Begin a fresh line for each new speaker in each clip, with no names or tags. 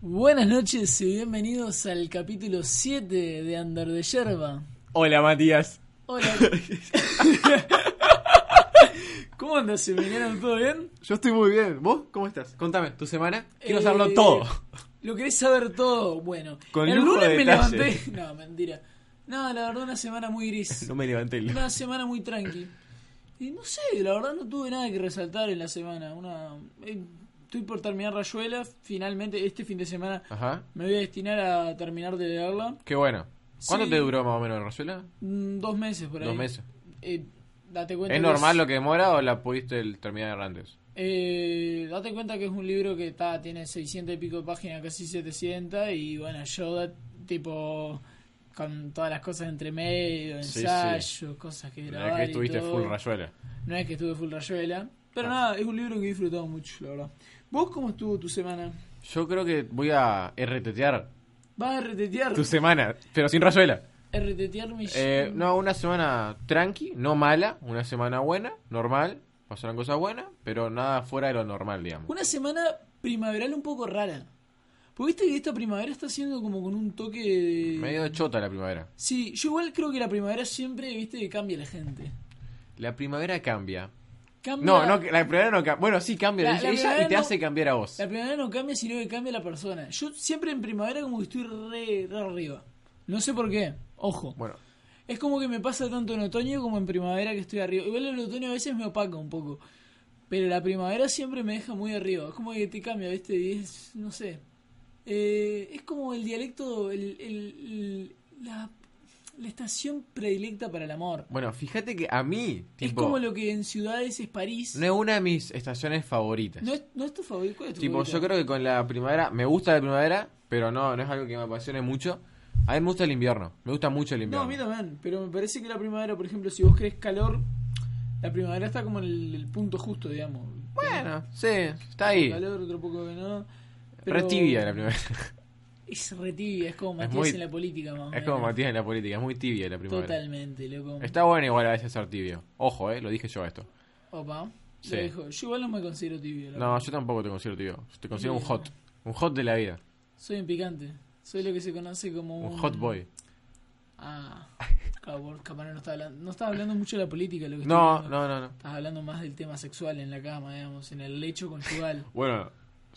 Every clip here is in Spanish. Buenas noches y bienvenidos al capítulo 7 de Under the Yerba.
Hola Matías.
Hola. ¿Cómo andas, Emiliano? ¿Todo bien?
Yo estoy muy bien. ¿Vos cómo estás? Contame, ¿tu semana? Quiero
Eh,
saberlo todo.
¿Lo querés saber todo? Bueno,
Con
el
lujo
lunes
de
me
detalle.
levanté. No, mentira. No, la verdad, una semana muy gris.
No me levanté. el-
Una semana muy tranqui. Y no sé, la verdad no tuve nada que resaltar en la semana. Una eh, Estoy por terminar Rayuela. Finalmente, este fin de semana
Ajá.
me voy a destinar a terminar de leerla.
Qué bueno. ¿Cuánto
Sí.
te duró más o menos Rayuela?
Mm, Dos meses por ahí.
Dos meses.
Eh, date cuenta
¿Es
que
normal lo que demora o la pudiste el- terminar antes?
Eh, date cuenta que es un libro que está, tiene 600 y pico de páginas, casi 700, y bueno, yo da- tipo con todas las cosas entre medio,
Sí,
ensayos, cosas que
La
grabar
que
y
estuviste
todo.
full Rayuela. Ah.
No es que estuve full rayuela, pero nada, es un libro que he disfrutado mucho, la verdad. ¿Vos cómo estuvo tu semana?
Yo creo que voy a RTTear
¿Vas a retetear?
tu semana, pero sin Rayuela.
¿Retetear mi
Eh, no, una semana tranqui, no mala, una semana buena, normal, pasaron cosas buenas, pero nada fuera de lo normal, digamos.
Una semana primaveral un poco rara. Porque viste que esta primavera está siendo como con un toque de...
Medio chota la primavera.
Sí, yo igual creo que la primavera siempre, viste, que cambia la gente.
La primavera cambia.
Cambia-
No, no, que la primavera no cambia. Bueno, sí cambia,
La-
dice
la
ella
primavera
y te
no-
hace cambiar a vos.
La primavera no cambia, sino que cambia la persona. Yo siempre en primavera como que estoy re, re arriba. No sé por qué, ojo.
Bueno,
Es como que me pasa tanto en otoño como en primavera que estoy arriba. Igual en otoño a veces me opaca un poco. Pero la primavera siempre me deja muy arriba. Es como que te cambia, viste, y es, no sé. Eh, es como el dialecto, el, el- el- la, la estación predilecta para el amor.
bueno, fíjate que a mí, tipo,
es como lo que en ciudades es París.
no es una de mis estaciones favoritas.
¿No es, no es tu favorito? ¿Cuál es tu
tipo,
favorito?
yo creo que con la primavera, me gusta la primavera, pero no, no es algo que me apasione mucho. A mí me gusta el invierno, me gusta mucho el
No,
invierno.
a mí también, pero me parece que la primavera, por ejemplo, si vos crees calor, la primavera está como en el, el punto justo, digamos.
bueno, sí, está ahí.
Calor, otro poco que no. pero-
Pero... tibia la primavera.
Es re tibia, es como
Es
Matías
muy-
en la política, más o
Es como
menos.
Matías en la política, es muy tibia la primavera.
Totalmente, loco.
Está bueno igual a veces ser tibio. Ojo, eh, lo dije yo a esto.
Opa,
Sí.
lo dejo. Yo igual no me considero tibio, loco.
No, yo tampoco te considero tibio. Yo Te considero un hot. Un hot de la vida.
Soy un picante. Soy lo que se conoce como
Un hot boy.
Ah, claro, vos capaz no estás hablando, no estás hablando mucho de la política, lo que
No,
estoy viendo.
no, no, no.
Estás hablando más del tema sexual en la cama, digamos, en el lecho conyugal.
Bueno,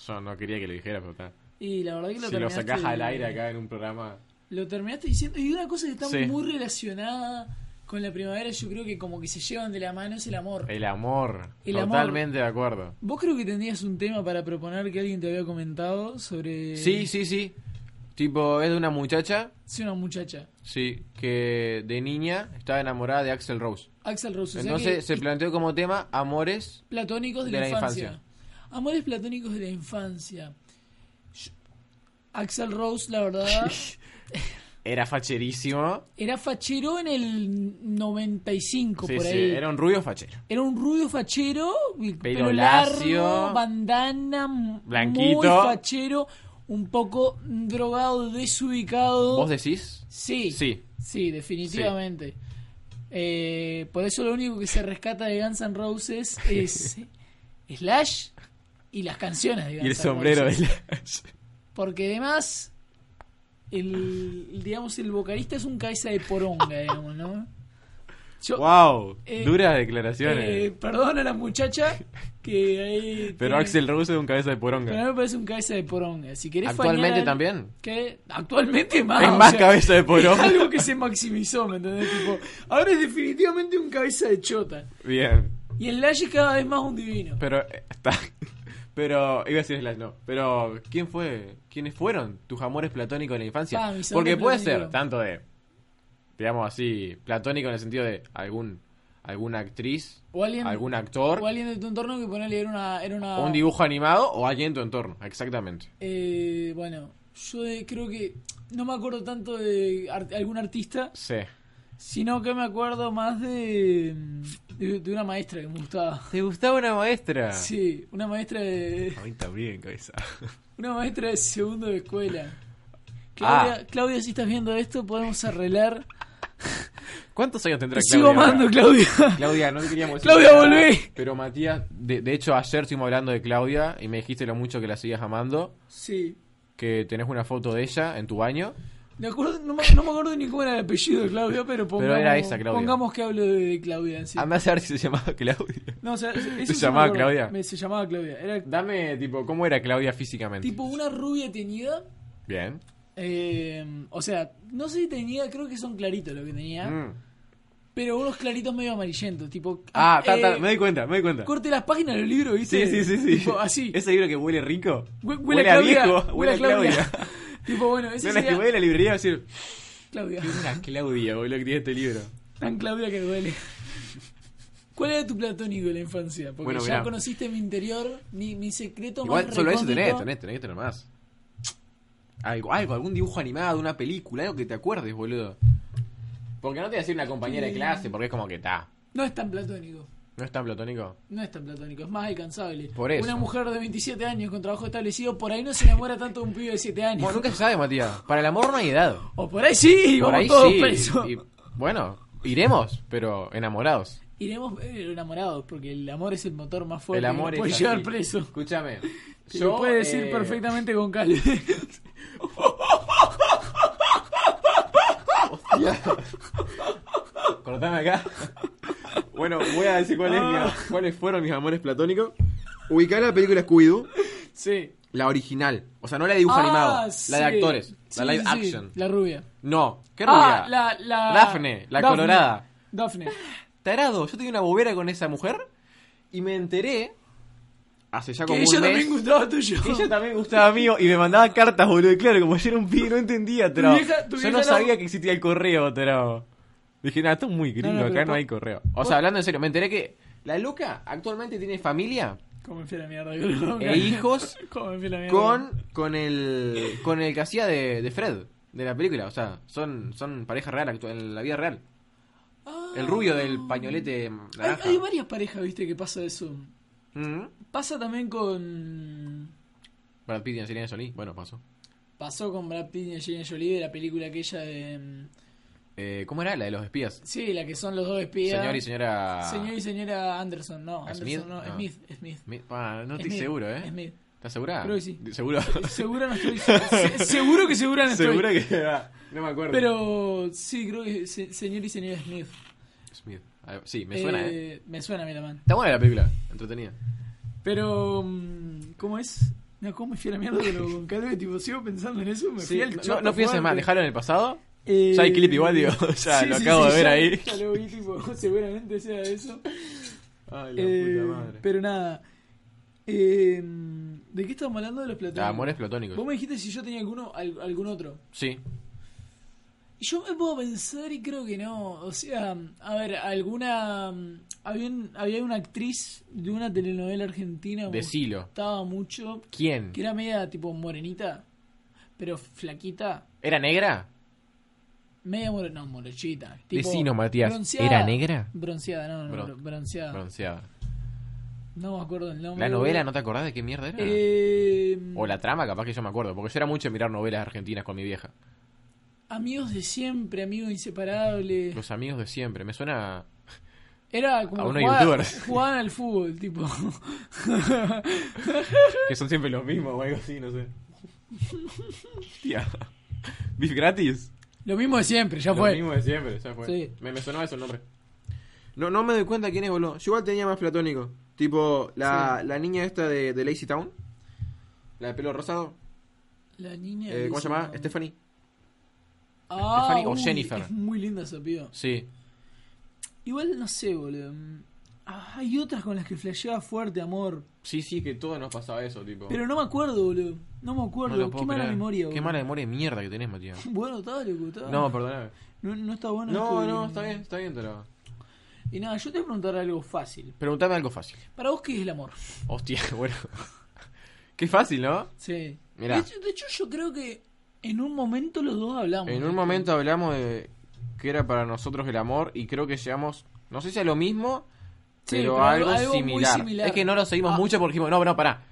yo no quería que lo dijera, pero está.
Y la verdad que lo
Si lo
terminaste
sacás al
de-
aire acá en un programa.
Lo terminaste diciendo. Y una cosa que está
Sí.
muy relacionada con la primavera, yo creo que como que se llevan de la mano es el amor.
El amor.
El amor.
Totalmente de acuerdo.
Vos creo que tendrías un tema para proponer que alguien te había comentado sobre.
Sí, sí, sí. Tipo, es de una muchacha,
Sí, una muchacha.
sí, que de niña estaba enamorada de Axel Rose.
Axel Rose. o sea que
Entonces se planteó como tema amores.
platónicos de, la, infancia. Amores platónicos de la infancia. Yo- Axel Rose, la verdad,
Era facherísimo.
era fachero en el 95
Sí,
por
sí,
ahí.
era un rubio fachero.
Era un rubio fachero, el
Pelo
pelo lacio,
lacio,
bandana, m-
blanquito.
muy fachero, un poco drogado, desubicado.
¿Vos decís?
Sí,
Sí.
sí, definitivamente. Eh, por eso lo único que se rescata de Guns N' Roses es Slash y las canciones de Guns
Y el
N'
sombrero
Roses.
de la...
Porque además, el, el, digamos, el vocalista es un cabeza de poronga, digamos, ¿no? Yo-
¡Wow!
Eh,
Duras declaraciones.
eh, perdón a la muchacha que ahí
pero
tiene-
Axel Rose es un cabeza de
pero
poronga.
me parece un cabeza de poronga. Si querés
Actualmente
fañar al-
también.
Que actualmente más.
Es
o
más
sea,
cabeza de
Es
poronga.
algo que se maximizó, ¿me entendés? Tipo, ahora es definitivamente un cabeza de chota.
Bien.
Y el Lash es cada vez más un divino.
Pero eh, está. Pero iba a decir Slash, no. Pero ¿quién fue? ¿Quiénes fueron tus amores platónicos en la infancia?
Pa, mis
Porque
amores
puede
platónicos.
ser tanto de digamos así, platónico en el sentido de algún alguna actriz,
O alguien-
algún actor,
O alguien de tu entorno que ponele era una. Era una
o un dibujo animado o alguien en tu entorno, exactamente.
eh, bueno, Yo eh, creo que no me acuerdo tanto de ar- algún artista,
Sí.
sino que me acuerdo más de, de, de una maestra que me gustaba.
¿Te gustaba una maestra?
Sí, una maestra de,
A mí también, cabeza.
una maestra de segundo de escuela.
Ah.
Claudia, Claudia, si estás viendo esto, podemos arreglar.
¿Cuántos años tendrá
Te
Claudia?
sigo amando,
ahora?
Claudia.
Claudia, no te queríamos decir.
Claudia,
nada,
volví.
Pero Matías, de, de hecho, ayer estuvimos hablando de Claudia y me dijiste lo mucho que la sigas amando.
Sí.
Que tenés una foto de ella en tu baño.
Me acuerdo- no, me, no me acuerdo ni cómo era el apellido de Claudia, pero pongamos,
era esa, Claudia.
pongamos que hablo de, de Claudia. en sí.
Andá A ver si se llamaba Claudia.
No, o sea, eso sí me
llamaba
acuerdo.
Claudia?
Me- se llamaba Claudia. Era
Dame, tipo, ¿cómo era Claudia físicamente?
tipo una rubia teñida.
Bien.
eh, o sea, no sé si tenía, creo que son claritos lo que tenía,
Mm.
pero unos claritos medio amarillentos, tipo...
Ah, ta, ta,
eh,
me doy cuenta, me doy cuenta.
Corte las páginas del libro,
Sí,
¿viste?
sí, sí, sí.
Tipo, así.
Ese libro que huele rico.
Hue-
huele a viejo, huele a Claudia.
tipo, bueno, ese
No, las que
sería
voy a la librería va a decir,
Claudia.
una Claudia, boludo, que tiene este libro.
Tan Claudia que duele. ¿Cuál era tu platónico de la infancia? Porque
Bueno,
ya
mirá.
conociste mi interior, mi, mi secreto
Igual,
más
solo eso
recóndito.
tenés, tenés, tenés que tener más. Algo, algo, algún dibujo animado, una película, algo que te acuerdes, boludo. Porque no te voy a decir una compañera de clase, porque es como que está.
No es tan platónico.
¿No es tan platónico?
No es tan platónico, es más alcanzable.
Por eso.
Una mujer de 27 años con trabajo establecido, por ahí no se enamora tanto de un pibe de 7 años.
Bueno, nunca se sabe, Matías. Para el amor no hay edad.
O por ahí sí,
Por
vamos
ahí
todos
sí.
presos.
y- bueno, iremos, pero enamorados.
Iremos eh, enamorados, porque el amor es el motor más fuerte.
el amor
que
es
puede
así.
llevar preso.
Escúchame.
Que lo puede decir
eh,
perfectamente con calma.
Ya. eh, Cortame acá. Bueno, voy a decir cuál es
Ah.
mi- cuáles fueron mis amores platónicos. Ubicá la película Scooby-Doo,
sí.
la original. O sea, no la de dibujo
Ah,
animado, la de
sí.
actores,
Sí,
la live
sí, sí.
action.
La rubia.
No, qué
Ah,
rubia.
la, la...
Daphne, la colorada.
Daphne.
Tarado, yo tenía una bobera con esa mujer y me enteré hace ya como
Que
un
ella
mes.
también gustaba tuyo.
que ella también gustaba mío y me mandaba cartas, boludo. Y claro, como yo era un pibe, no entendía, trao.
vieja- tu
Yo
vieja
no
era-
sabía que existía el correo, trao. Dije, nada, esto es muy gringo,
No, no, pero
acá no
po-
hay correo. O sea, hablando en serio, me enteré que la loca actualmente tiene familia
Como fui a la mierda.
e hijos
Como fui a la mierda.
con, con el con el que hacía de, de Fred, de la película. O sea, son, son pareja real actu- en la vida real.
Ah.
El rubio del pañolete
Hay,
naranja.
hay varias parejas, viste, que pasa eso.
Mm.
Pasa también con...
Brad Pitt y Angelina Jolie. Bueno, pasó.
Pasó con Brad Pitt y Angelina Jolie de la película aquella de... mm,
Eh, ¿Cómo era? La de los espías.
Sí, la que son los dos espías.
Señor y señora...
Señor y señora Anderson, no.
¿A
Anderson,
Smith?
no.
No.
Smith, Smith.
Mi- ah, no estoy
Smith,
seguro, ¿eh?
Smith.
¿Estás segura?
Creo que sí.
¿Seguro?
Seguro no estoy. se- seguro que segura no estoy.
¿Segura que ah, No me acuerdo.
Pero sí, creo que se- señor y señora Smith.
Smith. Ah, Sí, me suena, ¿eh?
Eh, Me suena, mira, man.
Está buena la película, entretenida.
Pero, mm, ¿cómo es? No, ¿cómo me fui a la mierda pero con Calve? Tipo, sigo pensando en eso, me fui
Sí,
al
no-
choto
no, no pienses
fuerte.
más, dejalo en el pasado.
Eh,
Ya hay clip igual, digo, ya lo acabo de ver
ya-
ahí.
Ya lo vi, tipo, seguramente sea eso.
Ay,
Eh, pero nada. Eh, ¿De qué estamos hablando de los platónicos?
Ah, amores platónicos.
Vos me dijiste si yo tenía alguno, al- algún otro.
Sí.
Yo me puedo pensar y creo que no. O sea, a ver, alguna. mm, Había, un- había una actriz de una telenovela argentina. me
Decilo.
gustaba mucho.
¿Quién?
Que era media tipo morenita. Pero flaquita.
¿Era negra?
Media more, no, morochita. Tipo,
Decinos, Matías, ¿era negra?
Bronceada, no, no,
Bron-
bronceada.
Bronceada.
No me acuerdo el nombre.
¿La novela no te acordás de qué mierda era?
Eh,
O la trama, capaz que yo me acuerdo. Porque yo era mucho de mirar novelas argentinas con mi vieja.
Amigos de siempre, amigos inseparables.
Los amigos de siempre. Me suena.
Era como
A unos
jugaba-
youtubers.
jugaban al fútbol, tipo.
Que son siempre los mismos o algo así, no sé. Tía. ¿Beef gratis?
Lo mismo de siempre, ya
Lo
fue.
mismo de siempre, ya fue.
Sí.
Me, me sonaba eso el nombre. No, no me doy cuenta quién es, boludo. Yo igual tenía más platónico. Tipo, la, la niña esta de, de Lazy Town. La de pelo rosado.
La niña.
Eh, ¿Cómo
dice,
se llamaba?
no.
Stephanie.
Ah,
Stephanie o
uy,
Jennifer.
Es muy linda esa piba.
Sí.
Igual no sé, boludo. Mm, ah, hay otras con las que flasheaba fuerte, amor.
Sí, sí, que todo nos pasaba eso, tipo.
Pero no me acuerdo, boludo. No me
No
acuerdo.
lo
Qué
puedo
mala
creer.
memoria, boludo.
Qué mala memoria de mierda que tenés, Matías.
Bueno, está loco, está.
No, perdóname.
no, no está bueno.
No,
esto
no,
y-
está bien, está bien, te lo.
Y nada, yo te voy a preguntar algo fácil.
Preguntame algo fácil.
¿Para vos qué es el amor?
Hostia, bueno. Qué fácil, ¿no?
Sí. De
Mirá,
hecho, de hecho, yo creo que en un momento los dos hablamos.
en
de
un
esto.
momento hablamos de que era para nosotros el amor y creo que llegamos, no sé si a lo mismo,
Sí,
pero,
pero
algo,
algo muy
similar.
similar.
Es que no lo seguimos
Ah.
mucho porque dijimos, no, no, pará,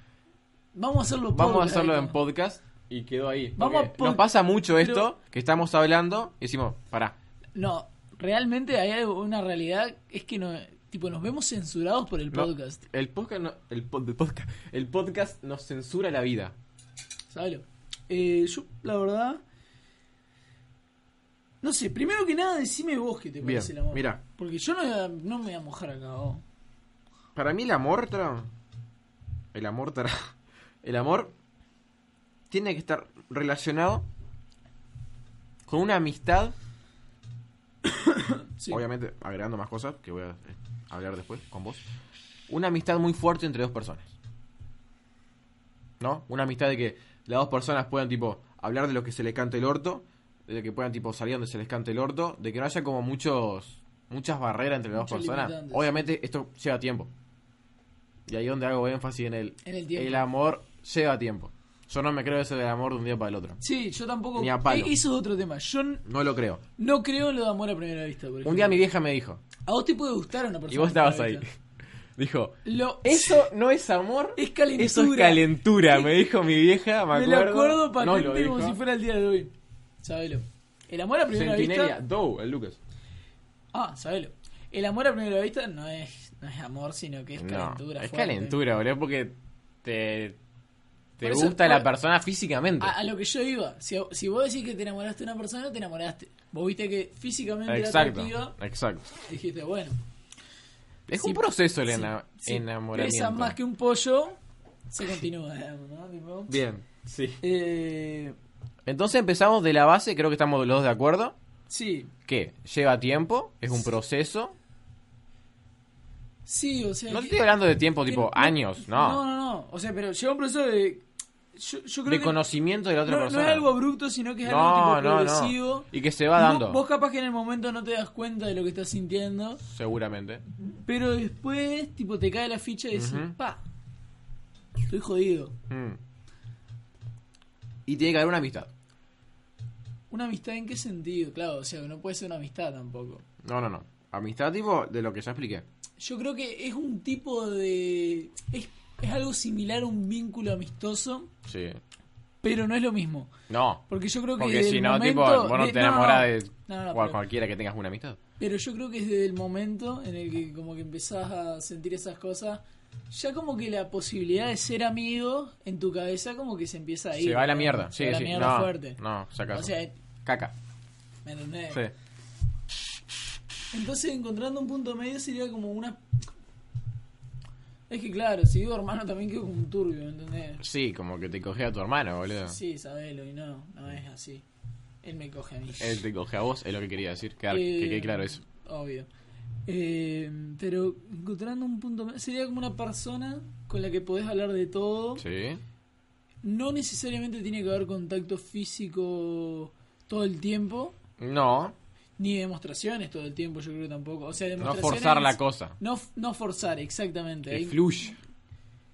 Vamos a hacerlo
vamos a
podcast,
hacerlo
¿eh?
en podcast y quedó ahí.
Vamos
Porque
a pod-
Nos pasa mucho
pero-
esto, que estamos hablando y decimos, pará.
No, realmente hay algo, una realidad es que no, tipo nos vemos censurados por el
No,
podcast.
el podcast, no- el, pod- el podcast, el podcast nos censura la vida.
¿Sabes? Eh, yo, la verdad. No sé, primero que nada, decime vos qué te
Bien,
parece el amor.
mira.
Porque yo no, no me voy a mojar acá. vos.
Para mí el amor, tra- el amor, tra- el amor tiene que estar relacionado con una amistad,
Sí.
obviamente agregando más cosas que voy a eh, hablar después con vos. Una amistad muy fuerte entre dos personas. ¿No? Una amistad de que las dos personas puedan tipo hablar de lo que se les cante el orto, de que puedan tipo salir donde se les cante el orto, de que no haya como muchos muchas barreras entre las dos
Muchos
personas.
limitantes.
Obviamente esto lleva tiempo. Y ahí donde hago énfasis en el
En el tiempo.
amor lleva tiempo. Yo no me creo ese del amor de un día para el otro.
Sí, yo tampoco.
Ni a palo.
Eh, Eso es otro tema. Yo n-
No lo creo.
no creo en lo de amor a primera vista. por
Un
ejemplo.
día mi vieja me dijo,
A vos te puede gustar una persona.
y vos
a primera
estabas ahí.
vista.
Dijo,
Lo,
Eso no es amor.
Es calentura.
Eso es calentura, me dijo mi vieja. Me
me
acuerdo.
lo acuerdo
No lo
patente como
dijo.
si fuera el día de hoy. Sabelo. El amor a primera
Centinela,
vista.
Dow, el Lucas.
Ah, sabelo. El amor a primera vista no es, no es amor, sino que es calentura.
no, es
fuerte.
calentura, boludo, porque te, te
Por eso-
gusta la
por-
persona físicamente.
A, a lo que yo iba, si, si vos decís que te enamoraste de una persona, te enamoraste. Vos viste que físicamente
exacto,
era atractiva,
exacto.
dijiste, bueno,
Es
Si-
un proceso el
si-
ena-
si
enamoramiento.
pesa más que un pollo, se continúa, digamos, ¿no? Tipo,
Bien, sí.
eh,
Entonces empezamos de la base, creo que estamos los dos de acuerdo,
sí,
que lleva tiempo, es un proceso.
sí, o sea...
No te
que-
estoy hablando de tiempo
que
tipo años,
No,
no.
no, no, o sea, pero llega un proceso de... Yo, yo creo
de
que
conocimiento de la
no,
otra
no
persona.
es algo abrupto, sino que es algo
no,
tipo
no,
progresivo.
no. Y que se va
Vos-
dando,
Vos capaz que en el momento no te das cuenta de lo que estás sintiendo,
seguramente.
Pero después, tipo, te cae la ficha y decís,
Ujú.
pa, estoy jodido.
Mm. Y tiene que haber una amistad.
¿Una amistad en qué sentido? Claro, o sea, no puede ser una amistad tampoco.
No, no, no. Amistad tipo de lo que ya expliqué.
Yo creo que es un tipo de... Es, es algo similar a un vínculo amistoso,
Sí.
pero no es lo mismo.
No.
Porque yo creo que...
Porque
desde
si
el
no, tipo,
momento-
vos no
de-
te enamorás de
no, no, no,
cual-
pero,
cualquiera que tengas una amistad.
pero yo creo que es desde el momento en el que como que empezás a sentir esas cosas, ya como que la posibilidad de ser amigo en tu cabeza como que se empieza a ir.
se va a la
¿no?
mierda.
Se
Sí,
va a
sí.
la mierda
no,
fuerte.
No, sacás.
O sea, eh.
Caca.
¿me entendés?
Sí.
Entonces, encontrando un punto medio sería como una. Es que claro, si digo hermano también quedo como un turbio, ¿me ¿entendés?
Sí, como que te coge a tu hermano, boludo.
Sí, sabelo, y no, no es así. Él me coge a mí.
Él te coge a vos, es lo que quería decir. Quedar-
Eh,
que quede claro eso.
Obvio. Eh, pero encontrando un punto medio sería como una persona con la que podés hablar de todo.
Sí.
No necesariamente tiene que haber contacto físico todo el tiempo,
No.
ni demostraciones todo el tiempo, yo creo que tampoco. O sea,
No
demostraciones.
forzar la cosa.
No, f- no forzar, exactamente.
Que
Ahí-
fluye.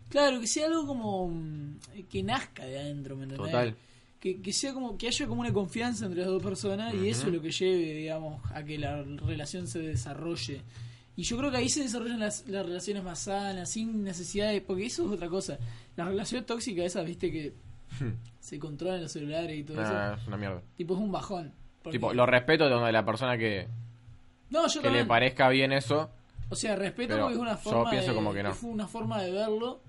Claro, que sea algo como mm, que nazca de adentro, ¿me entendés?
Total.
Que, que sea como que haya como una confianza entre las dos personas y eso es lo que lleve, digamos, a que la relación se desarrolle. Y yo creo que ahí se desarrollan las, las relaciones más sanas, sin necesidad de... Porque eso es otra cosa. Las relaciones tóxicas esas, viste, que
Hmm.
se controlan los celulares y todo
Nah,
eso.
es una mierda.
Tipo, es un bajón. Porque-
Ah. Tipo, lo respeto donde la persona que,
no, yo
que le
también.
parezca bien eso.
O sea, respeto
Pero
porque es una
yo
forma
pienso
de,
como que no.
es una forma de verlo.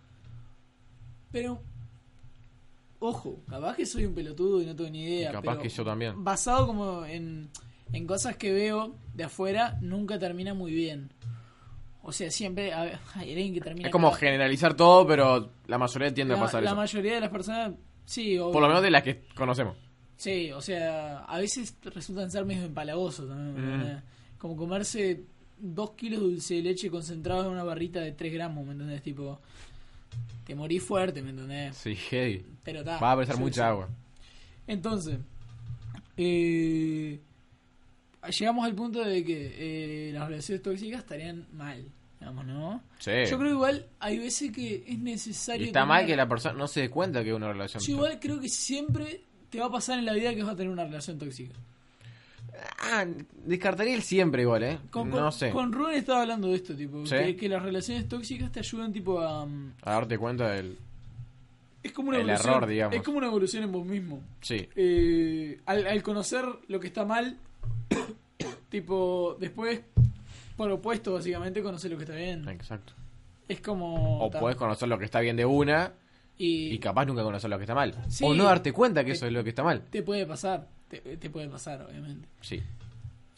Pero ojo, capaz que soy un pelotudo y no tengo ni idea,
Y capaz
pero
que yo también.
Basado como en en cosas que veo de afuera, nunca termina muy bien. O sea, siempre a- hay alguien que termina
Es como
cagado.
generalizar todo, pero la mayoría tiende a
la,
pasar
la
eso.
mayoría de las personas sí, obvio.
Por lo menos de las que conocemos.
Sí, o sea, a veces resultan ser medio empalagosos también.
Mm.
¿verdad? Como comerse dos kilos de dulce de leche concentrado en una barrita de 3 gramos, ¿me entendés? Tipo, te morís fuerte, ¿me entendés?
Sí, heavy.
Pero ta,
Va a aparecer
yo qué
mucha
sé.
agua.
Entonces, eh, llegamos al punto de que eh, las relaciones tóxicas estarían mal. Digamos, ¿no?
Sí.
Yo creo igual hay veces que es necesario...
Y está
tener-
mal que la persona no se dé cuenta que es una relación.
Yo igual creo que siempre te va a pasar en la vida que vas a tener una relación tóxica.
Ah, descartaría el siempre igual, ¿eh?
Con,
no
con-
sé.
con Rubén estaba hablando de esto, tipo,
Sí.
que, que las relaciones tóxicas te ayudan tipo a... um,
A darte cuenta del...
Es como una
El
evolución,
error, digamos.
Es como una evolución en vos mismo.
Sí.
Eh, al, al conocer lo que está mal, tipo, después, por opuesto, básicamente, conocer lo que está bien.
Exacto.
Es como...
O
ta.
podés conocer lo que está bien de una
y,
y capaz nunca conocer lo que está mal.
Sí.
O no darte cuenta que
Eh.
eso es lo que está mal.
te puede pasar, te, te puede pasar, obviamente.
Sí.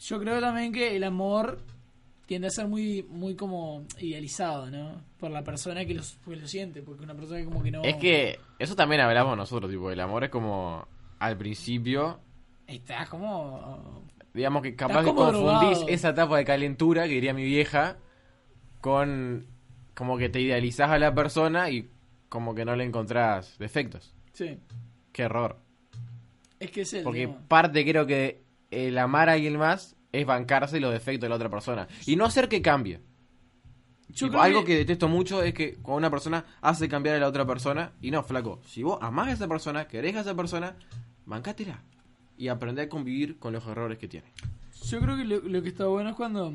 Yo creo también que el amor tiende a ser muy muy como idealizado, ¿no? Por la persona que lo, que lo siente, porque una persona que como que no...
Es que eso también hablamos nosotros, tipo, el amor es como al principio,
Está como...
digamos que capaz que
como
confundís
drogado.
esa etapa de calentura que diría mi vieja con como que te idealizás a la persona y como que no le encontrás defectos.
Sí,
Qué error.
es que es el
Porque
tema.
parte creo que el amar a alguien más es bancarse los defectos de la otra persona y no hacer que cambie.
Yo
Tipo,
creo
algo que... detesto mucho es que cuando una persona hace cambiar a la otra persona, y no, flaco, si vos amás a esa persona, querés a esa persona, bancátela y aprender a convivir con los errores que tiene.
Yo creo que lo, lo que está bueno es cuando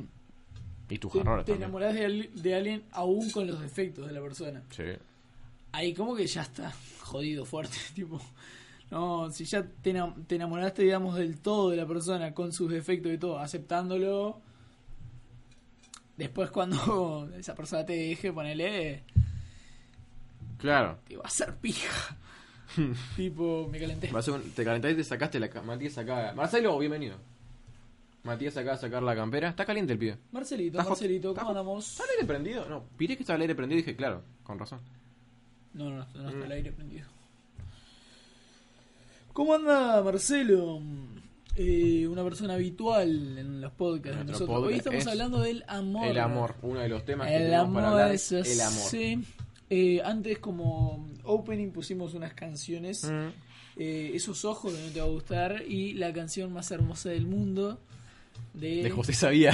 Y tus
te,
errores
te
también.
enamorás de, al- de alguien aún con los defectos de la persona.
Sí.
Ahí como que ya está jodido fuerte, tipo... No, si ya te, ena- te enamoraste, digamos, del todo de la persona, con sus defectos y todo, aceptándolo, después cuando esa persona te deje, ponele,
Claro.
te va a hacer pija. tipo, me calenté.
Va a ser un- Te calentaste y te sacaste la ca- Matías acá. Marcelo, bienvenido. Matías acá a sacar la campera. Está caliente el pibe.
Marcelito,
Tajo-
Marcelito, ¿cómo
tajo-
andamos?
¿Está al aire prendido? No, piré que estaba al aire prendido y dije, claro, con razón.
No, no, no, no está el aire prendido. ¿Cómo anda Marcelo? Eh, una persona habitual en los podcasts. de
Nuestro
nosotros. Hoy
podcast
estamos
es
hablando del amor.
El amor, uno de los temas que
El
tenemos para
amor,
hablar.
eso
el amor.
sí. Eh, antes como opening pusimos unas canciones.
Mm.
eh, esos ojos que no te va a gustar. Y la canción más hermosa del mundo. De,
De José Sabía.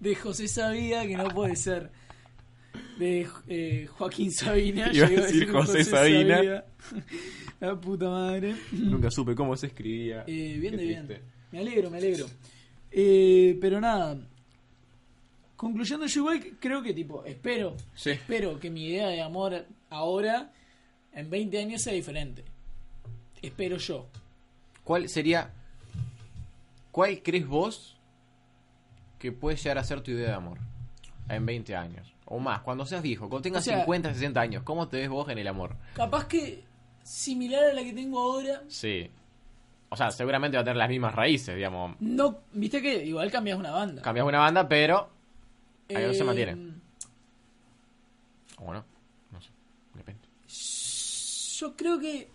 de José Sabía, que no puede ser. De eh, Joaquín Sabina.
Iba a
llegó
decir José Sabina.
La puta madre.
Nunca supe cómo se escribía.
Eh, bien
Qué
de bien.
triste.
Me alegro, me alegro. Eh, pero nada. Concluyendo, yo igual creo que tipo, espero,
Sí.
espero que mi idea de amor ahora, en 20 años, sea diferente. Espero yo.
¿Cuál sería. ¿Cuál crees vos que puede llegar a ser tu idea de amor? En 20 años. O más, cuando seas viejo, cuando tengas
O sea-
50, 60 años. ¿Cómo te ves vos en el amor?
Capaz que similar a la que tengo ahora,
Sí. O sea, seguramente va a tener las mismas raíces, digamos.
no, viste que igual cambias una banda.
Cambias una banda, pero. ahí no se mantiene.
Eh,
O bueno, no sé. Depende.
Yo creo que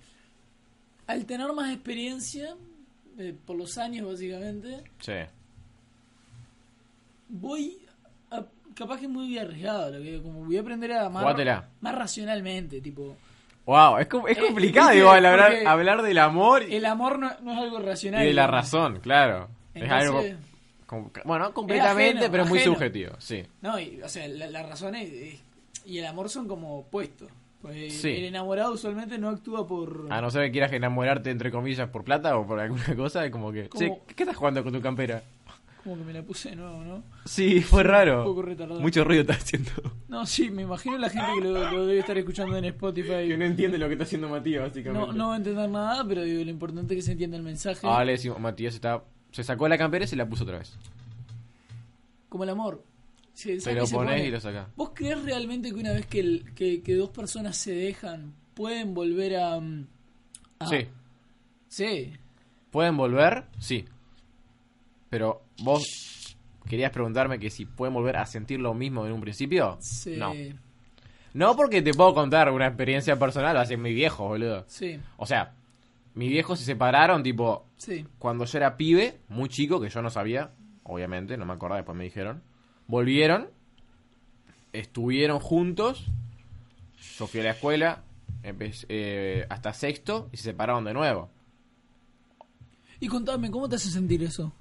al tener más experiencia, eh, por los años básicamente,
Sí.
voy a, capaz que es muy arriesgado lo que digo, como voy a aprender a amar
Jugátela.
más racionalmente tipo
Wow, es, com- es
Eh,
complicado
¿viste?
igual hablar,
Porque-
hablar del amor y,
el amor no, no es algo racional
y de la
digamos.
razón, claro. es algo.
Entonces-
com- bueno, completamente,
ajeno,
pero es muy
ajeno.
subjetivo, sí.
no y, o sea la, la razón es- es- y el amor son como opuestos Pues,
Sí.
el enamorado usualmente no actúa por
A no ser que quieras enamorarte, entre comillas, por plata o por alguna cosa, es como que...
Como-
"Che, ¿Qué estás jugando con tu campera?
como que me la puse de nuevo no
Sí, fue raro.
un poco retardado.
Mucho ruido está haciendo.
no sí me imagino la gente que lo, lo debe estar escuchando en Spotify
Que no entiende lo que está haciendo Matías, básicamente.
no, no va a entender nada pero digo, lo importante es que se entienda el mensaje
Ah, le decimos, Matías está... Se sacó la campera y se la puso otra
Ah,
vez.
como el amor se,
Te
saca
lo
se
pones
pone.
y lo sacás.
¿Vos crees realmente que una vez que, el- que, que dos personas se dejan, pueden volver a... mm, a-
Sí.
Sí.
¿Pueden volver? Sí. Pero vos querías preguntarme que si pueden volver a sentir lo mismo en un principio.
Sí.
No. No porque te puedo contar una experiencia personal, lo hace mi viejo, boludo.
Sí.
O sea, mis viejos se separaron, tipo,
Sí.
cuando yo era pibe, muy chico, que yo no sabía, obviamente, no me acordaba, después me dijeron. Volvieron, estuvieron juntos, yo fui a la escuela, empecé, eh, hasta sexto, y se separaron de nuevo.
Y contame, ¿cómo te hace sentir eso?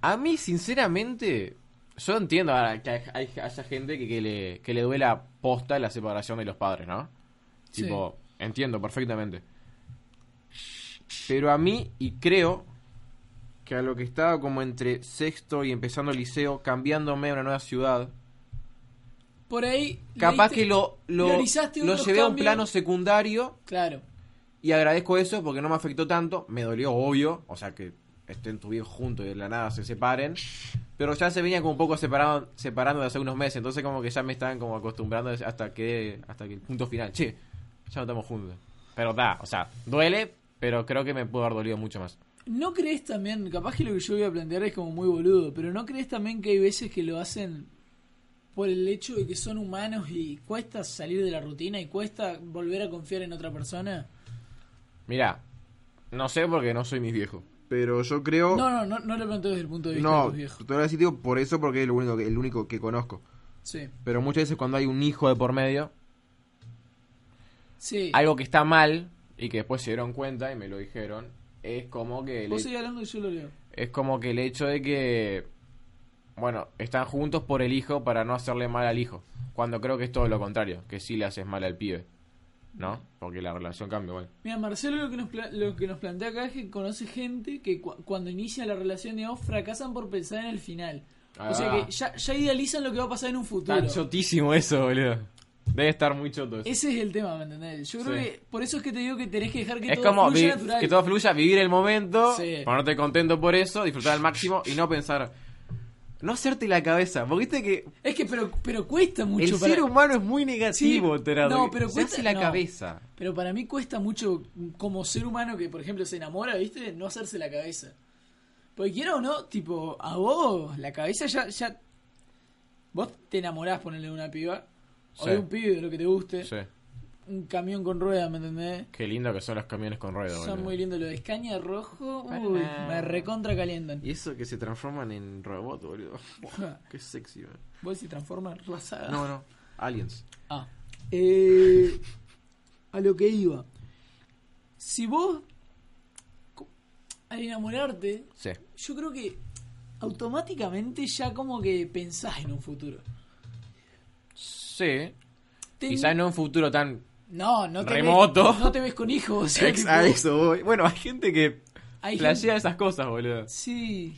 A mí, sinceramente, Yo entiendo ahora que hay, hay- haya gente que, que le, que le duela posta la separación de los padres, ¿no?
Sí.
Tipo, entiendo perfectamente. Pero a mí, y creo que a lo que estaba como entre sexto y empezando el liceo, cambiándome a una nueva ciudad,
Por ahí.
capaz
leíste-
que lo, lo,
priorizaste
lo
unos
llevé a un
cambios.
plano secundario
Claro.
y agradezco eso porque no me afectó tanto. Me dolió, obvio. O sea, que estén tu viejos juntos y de la nada se separen. Pero ya se venía como un poco separado, separando de hace unos meses. Entonces como que ya me estaban como acostumbrando hasta que hasta que el punto final. Che, ya no estamos juntos. Pero da, o sea, duele, pero creo que me pudo haber dolido mucho más.
¿No crees también, capaz que lo que yo voy a plantear es como muy boludo, pero ¿no crees también que hay veces que lo hacen por el hecho de que son humanos y cuesta salir de la rutina y cuesta volver a confiar en otra persona?
Mira, no sé porque no soy mis viejos. Pero yo creo...
No, no, no, no lo planteo desde el punto de vista de
No,
tus
te
viejos.
lo voy a decir tío, por eso, porque es lo único que- el único que conozco.
Sí,
Pero muchas veces cuando hay un hijo de por medio,
sí.
algo que está mal y que después se dieron cuenta y me lo dijeron, es como que... le-
Vos seguís hablando y yo lo leo.
es como que el hecho de que, bueno, están juntos por el hijo para no hacerle mal al hijo. Cuando creo que es todo lo contrario, que sí le haces mal al pibe, ¿no? Porque la relación cambia, bueno.
Mira, Marcelo lo que, nos pla- lo que nos plantea acá es que conoce gente que cu- cuando inicia la relación, digamos, fracasan por pensar en el final. O sea
Ah.
que ya, ya idealizan lo que va a pasar en un futuro.
Está chotísimo eso, boludo. Debe estar muy choto eso. Es,
Ese es el tema, ¿me entendés? Yo creo
Sí.
que por eso es que te digo que tenés que dejar que todo
como
fluya
vi-
natural.
que todo fluya, vivir el momento,
Sí.
ponerte contento por eso, disfrutar al máximo y no pensar... No hacerte la cabeza, porque viste que
Es que pero pero cuesta mucho
el
para-
ser humano es muy negativo,
Sí.
tarado.
No, pero
Se
cuesta-
hace la
no.
cabeza.
Pero para mí cuesta mucho como ser humano que por ejemplo se enamora, ¿viste? No hacerse la cabeza. Porque quiero o no, tipo, a vos la cabeza ya ya vos te enamorás ponerle una piba o
Sí.
de un pibe de lo que te guste,
Sí.
un camión con ruedas, ¿me entendés?
Qué lindo que son los camiones con ruedas,
Son
boludo.
muy lindos los de Escaña rojo, uy, me recontra calientan.
Y eso que se transforman en robot, boludo. Qué sexy, man.
Vos se transforma en rasada.
No, no. Aliens.
Ah. Eh, a lo que iba. Si vos, co- al enamorarte,
Sí.
yo creo que automáticamente ya como que pensás en un futuro.
Sí.
Te-
Quizás no un futuro tan...
No, no te
remoto. ah,
Ves, no te ves con hijos. o sea,
Ex-
tipo,
a eso voy.
Bueno, hay gente que
hay
flashea
gente-
esas cosas, boludo.
Sí.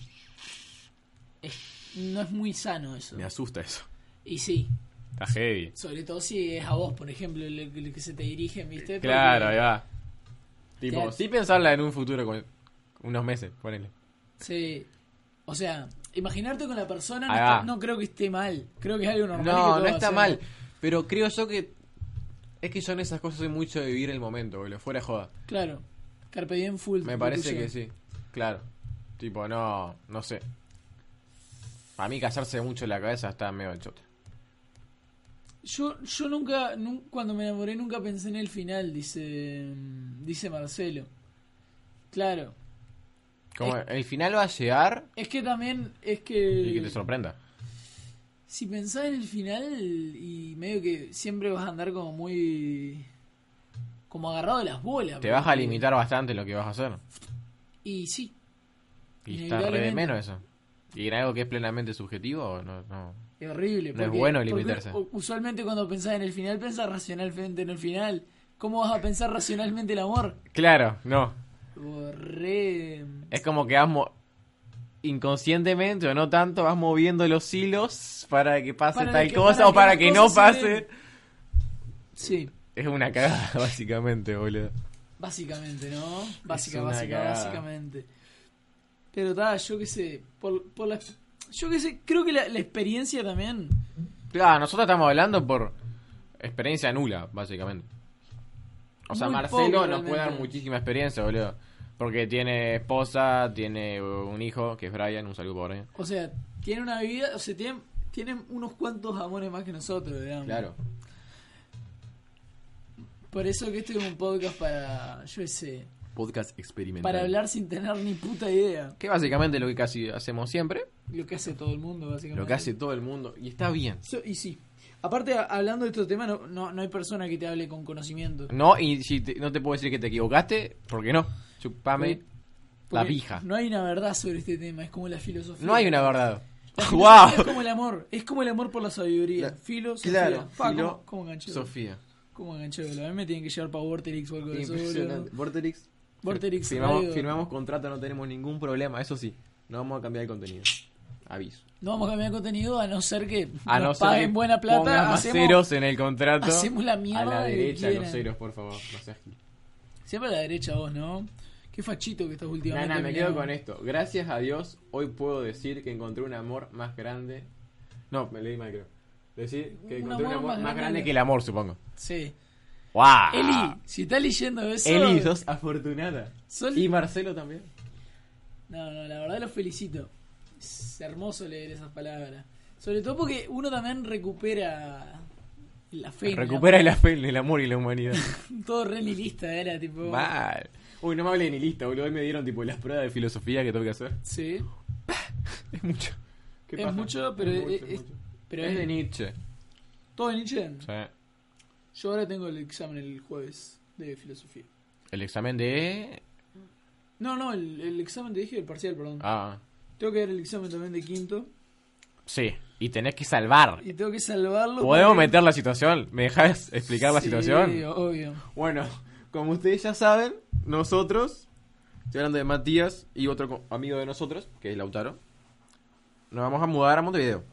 Es- no es muy sano eso.
Me asusta eso.
Y sí.
Está heavy.
Sobre todo si es a vos, por ejemplo, el, el que se te dirigen, ¿viste?
Claro, ahí
Porque-
va. Tipo,
Claro.
sí pensarla en un futuro con unos meses, ponele.
Sí. O sea, imaginarte con la persona no,
Ahí va.
está- no creo que esté mal. Creo que es algo normal.
No,
que
no
todos
está
hacemos.
mal. Pero creo yo que... Es que yo en esas cosas soy mucho de vivir el momento, boludo. Fuera de joda.
Claro. Carpe diem full.
Me parece
tuyo.
que sí. Claro. Tipo, no... No sé. Para mí casarse mucho en la cabeza está medio de chota.
Yo, yo nunca, nun- cuando me enamoré, nunca pensé en el final, dice, dice Marcelo. Claro.
Como
Eh.
el final va a llegar
Es que también es
y que
que
te sorprenda.
si pensás en el final y medio que siempre vas a andar como muy... como agarrado de las bolas.
Te vas a
porque-
limitar bastante lo que vas a hacer.
Y sí,
Y está re de
Inevitablemente.
menos eso. ¿Y en algo que es plenamente subjetivo? No, no.
Es horrible.
No es
porque-
bueno
porque
limitarse.
u- usualmente cuando pensás en el final, pensás racionalmente en el final. ¿Cómo vas a pensar racionalmente el amor?
Claro, no.
Tipo, Re...
Es como que vas mo- inconscientemente o no tanto, vas moviendo los hilos para que pase
Para
tal
que- para
cosa o
que
para
las
que no
cosas se
pase.
den. Sí,
Es una cagada, básicamente, boludo.
básicamente, ¿no? Básica,
una
básica,
cagada.
básicamente. Pero está, yo qué sé. Por, por la, yo qué sé, creo que la, la experiencia también.
Claro, nosotros estamos hablando por experiencia nula, básicamente. O sea,
Muy
Marcelo
poco,
nos puede dar
realmente.
muchísima experiencia, boludo. Porque tiene esposa, tiene un hijo, que es Brian, un saludo por Brian.
O sea, tiene una vida, o sea, tienen, tienen unos cuantos amores más que nosotros, digamos.
Claro.
Por eso que este es un podcast para, yo qué sé,
Podcast experimental.
para hablar sin tener ni puta idea.
Que básicamente lo que casi hacemos siempre.
Lo que hace todo el mundo, básicamente.
Lo que hace todo el mundo. Y está bien.
So- y sí. Aparte, a- hablando de estos temas, no, no, no hay persona que te hable con conocimiento.
No, y si te- no te puedo decir que te equivocaste, porque no. Chupame
Porque-
la
porque
pija.
No hay una verdad sobre este tema, es como la filosofía.
No hay una verdad.
La
Guau.
filosofía Es como el amor, es como el amor por la sabiduría.
La-
Filo, Sofía.
Claro,
Fa,
filo,
¿cómo, cómo enganché? boludo?
Sofía.
¿Cómo enganché, boludo? A mí me tienen que llevar para Vorterix o algo de eso,
Impresionante.
boludo.
Vorterix.
Vorterix.
Firmamos,
radio.
firmamos contrato, no tenemos ningún problema, eso sí. No vamos a cambiar el contenido. Aviso.
No vamos a cambiar de contenido a no ser que
A
nos
no ser
paguen
que
buena
pongas
plata.
más
Hacemos,
ceros en el contrato.
hacemos la mierda
A la
que
derecha, los
quieran.
ceros, por favor. No seas gil.
Siempre a la derecha vos, ¿no? Qué fachito que estás
Nah,
últimamente.
nah, me quedo
mirá.
con esto. Gracias a Dios, hoy puedo decir que encontré un amor más grande. No, me leí mal, creo. Decir que
Un
encontré un amor más, grande,
grande.
que el amor, supongo.
Sí.
¡Wow!
Eli, si estás leyendo eso.
Ah. Eli, sos afortunada.
Sol-
Y Marcelo también.
No, no, la verdad los felicito. Es hermoso leer esas palabras. Sobre todo porque uno también recupera la fe. en el
Recupera la fe en el amor y la humanidad.
amor. Todo re nihilista era, tipo.
Mal. Uy, no me hablé ni lista, boludo. Hoy me dieron tipo las pruebas de filosofía que tengo que hacer.
Sí.
Es mucho. ¿Qué
Es
pasa?
mucho, pero
mucho,
es-
es
es-
mucho. Eh.
Pero
Es
es
de Nietzsche.
Todo en Nietzsche.
O sea,
Yo ahora tengo el examen el jueves de filosofía.
el examen de.
No, no, el, el examen te dije, el parcial, perdón.
Ah,
Tengo que dar el examen también de quinto.
sí. Y tenés que salvar.
Y tengo que salvarlo.
¿Podemos
porque-
meter la situación? ¿Me dejas explicar la
Sí,
situación?
obvio.
Bueno, como ustedes ya saben, nosotros, estoy hablando de Matías y otro co- amigo de nosotros, que es Lautaro, nos vamos a mudar a Montevideo.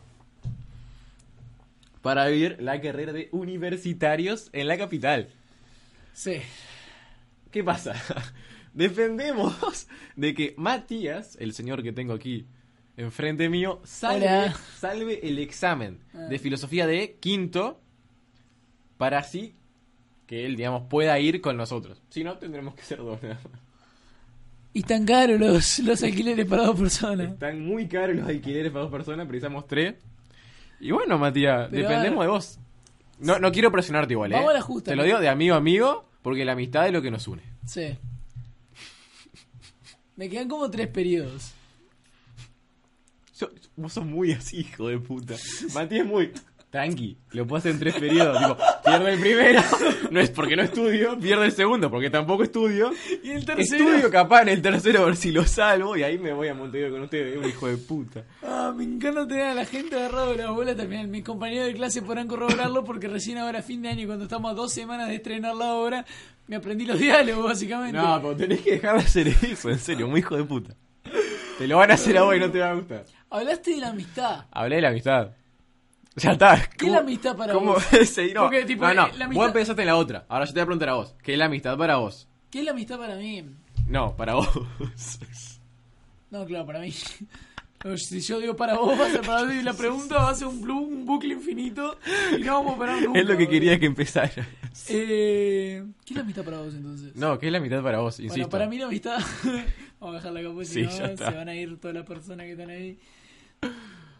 Para vivir la carrera de universitarios en la capital.
Sí.
¿Qué pasa? Dependemos de que Matías, el señor que tengo aquí enfrente mío, salve,
Hola.
salve el examen
Ah.
de filosofía de quinto para así que él, digamos, pueda ir con nosotros. Si no, tendremos que ser dos. nada más.
Y tan caros los, los alquileres para dos personas.
Están muy caros los alquileres para dos personas, precisamos tres. Y bueno, Matías,
Pero
dependemos
a
de vos. No, no quiero presionarte igual, ¿eh?
Vamos a la justa,
Te lo
¿no?
digo de amigo a amigo, porque la amistad es lo que nos une.
Sí. Me quedan como tres periodos.
Yo- vos sos muy así, hijo de puta. Matías es muy tranqui. Lo puedo hacer en tres periodos. Tipo, pierde el primero. No es porque no estudio. Pierde el segundo porque tampoco estudio.
Y el
Estudio capaz en el tercero a ver si lo salvo. Y ahí me voy a Montevideo con ustedes. Un hijo de puta.
Ah, me encanta tener a la gente agarrado de las bolas también. Mis compañeros de clase podrán corroborarlo porque recién ahora, fin de año, cuando estamos a dos semanas de estrenar la obra, me aprendí los diálogos, básicamente.
No, pero tenés que dejar de hacer eso. En serio, muy hijo de puta. Te lo van a hacer a vos y no te va a gustar.
Hablaste de la amistad.
Hablé de la amistad. Ya está.
¿Qué es la amistad para
¿Cómo?
vos?
Sí, no.
Porque, tipo,
no, no.
eh, la
Vos
amistad-
empezaste en la otra. Ahora yo te voy a preguntar a vos. ¿Qué es la amistad para vos?
¿Qué es la amistad para mí?
No, para vos.
No, claro, para mí. No, Si yo digo para vos, vas a parar y la pregunta va a ser un, blu- un bucle infinito y no vamos a parar nunca.
es lo que
boludo.
quería que empezara.
Eh, ¿Qué es la amistad para vos entonces?
No, que es la mitad para vos, insisto.
Bueno, para mí la amistad. Vamos a dejarla acá porque si
Sí,
no,
ya está.
se van a ir todas las personas que están ahí.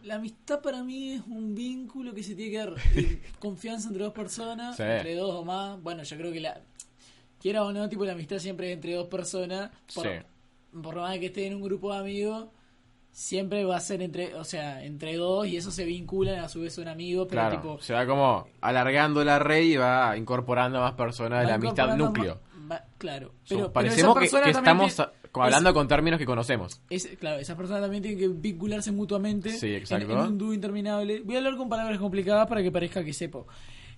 La amistad para mí es un vínculo que se tiene que dar eh, confianza entre dos personas,
Sí.
entre dos o más. Bueno, yo creo que la. Quiera o no, tipo la amistad siempre es entre dos personas. Por, por más que esté en un grupo de amigos, siempre va a ser entre, o sea, entre dos y eso se vinculan a su vez a un amigo, pero
claro.
tipo.
Se va como alargando la red y va incorporando a más personas de
va
la amistad
incorporando
núcleo.
ma- va- claro.
So,
Pero, pero esa
parecemos que-
persona
que,
también
estamos
tiene-
a- co- hablando con términos que conocemos.
Es, claro, esas personas también tienen que vincularse mutuamente
Sí,
en-
exacto.
En, un dúo interminable. Voy a hablar con palabras complicadas para que parezca que sepo.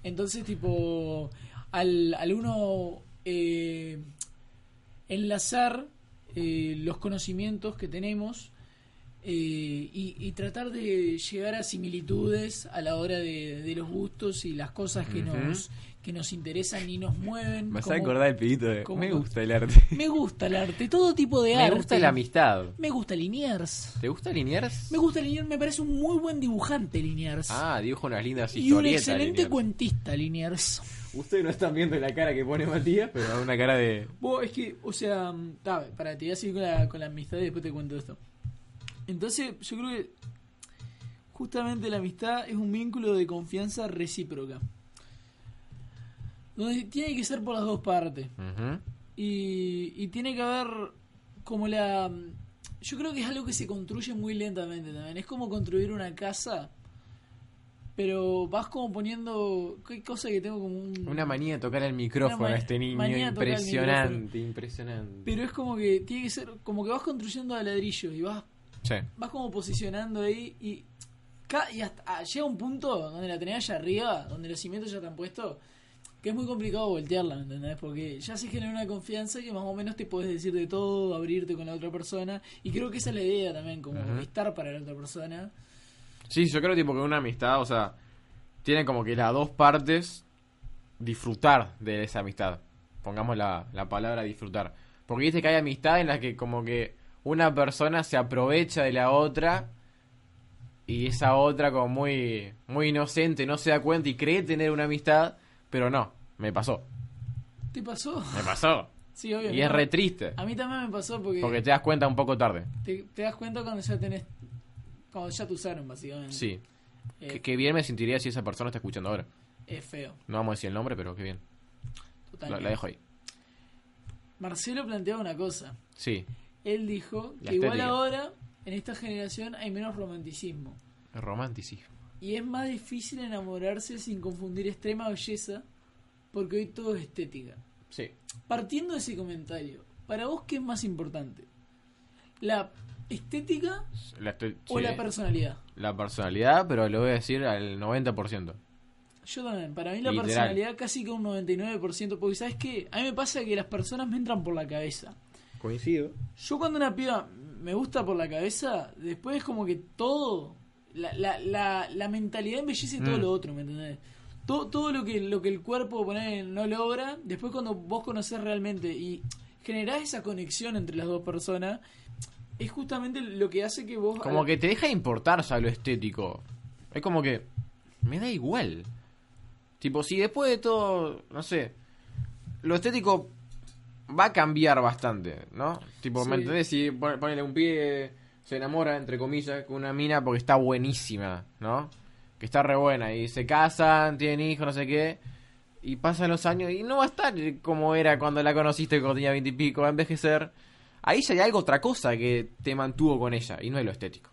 Entonces, tipo, al, al uno eh, enlazar eh, los conocimientos que tenemos eh, y, y tratar de llegar a similitudes a la hora de, de los gustos y las cosas que,
Ujú.
nos, que nos interesan y nos mueven.
Me vas a
como-
acordar el pibito de.
como-
Me gusta el arte.
Me gusta el arte, todo tipo de
Me
arte.
gusta la amistad.
Me gusta Liniers.
¿Te gusta Liniers?
Me gusta Liniers, me parece un muy buen dibujante Liniers.
Ah, dibuja unas lindas
y un
historietas.
excelente
Liniers.
cuentista Liniers.
Ustedes no están viendo la cara que pone Matías, pero da una cara de.
Vos, es que, o sea, mm, ta, para, te voy a seguir con la, con la amistad y después te cuento esto. Entonces, yo creo que justamente la amistad es un vínculo de confianza recíproca. Donde tiene que ser por las dos partes.
Ujú.
Y, y tiene que haber como la... Yo creo que es algo que se construye muy lentamente también. Es como construir una casa, pero vas como poniendo... ¿Qué cosa que tengo como un...
Una manía de tocar el micrófono
ma-
a este niño.
manía de tocar el
Impresionante, impresionante.
Pero es como que tiene que ser... Como que vas construyendo a ladrillos y vas
Sí.
vas como posicionando ahí y, ca- y hasta, ah, llega un punto donde la tenés allá arriba, donde los cimientos ya están puestos, que es muy complicado voltearla, ¿me entendés? Porque ya se genera una confianza que más o menos te puedes decir de todo, abrirte con la otra persona, y creo que esa es la idea también, como estar para la otra persona.
Sí, yo creo tipo que una amistad, o sea, tiene como que las dos partes disfrutar de esa amistad. Pongamos la, la palabra disfrutar. Porque viste que hay amistad en la que como que una persona se aprovecha de la otra y esa otra como muy, muy inocente no se da cuenta y cree tener una amistad, pero no, me pasó,
¿Te pasó?
me pasó.
Sí, obvio.
Y es
¿no?
re triste,
A mí también me pasó porque,
porque te das cuenta un poco tarde.
te, te das cuenta cuando ya tenés, cuando ya te usaron básicamente.
Sí,
Eh,
que qué bien me sentiría si esa persona está escuchando ahora.
Es feo,
No vamos a decir el nombre, pero qué bien. La,
totalmente.
la dejo ahí.
Marcelo planteaba una cosa.
Sí,
Él dijo
La
que igual
estética.
ahora, en esta generación, hay menos romanticismo.
romanticismo.
Y es más difícil enamorarse sin confundir extrema belleza, porque hoy todo es estética.
Sí.
Partiendo de ese comentario, ¿para vos qué es más importante? ¿La estética
La, estoy-
o
sí, eh,
la personalidad?
la personalidad, pero lo voy a decir al 90%.
Yo también, para mí la
Literal.
personalidad casi que un 99%, porque ¿sabes qué? A mí me pasa que las personas me entran por la cabeza.
Coincido.
Yo cuando una piba me gusta por la cabeza, después es como que todo, la, la, la, la mentalidad embellece todo
Mm.
lo otro, ¿me entendés? Todo, todo lo que lo que el cuerpo poner no logra, después cuando vos conocés realmente y generás esa conexión entre las dos personas, es justamente lo que hace que vos...
Como que te deja de importar ya lo estético. Es como que me da igual. Tipo, si después de todo, no sé, lo estético va a cambiar bastante, ¿no? Tipo, ¿me
Sí.
entendés? Si pon- ponele un pie, se enamora, entre comillas, con una mina porque está buenísima, ¿no? Que está re buena y se casan, tienen hijos, no sé qué. Y pasan los años y no va a estar como era cuando la conociste cuando tenía veintipico, va a envejecer. Ahí ya hay algo, otra cosa que te mantuvo con ella y no es lo estético.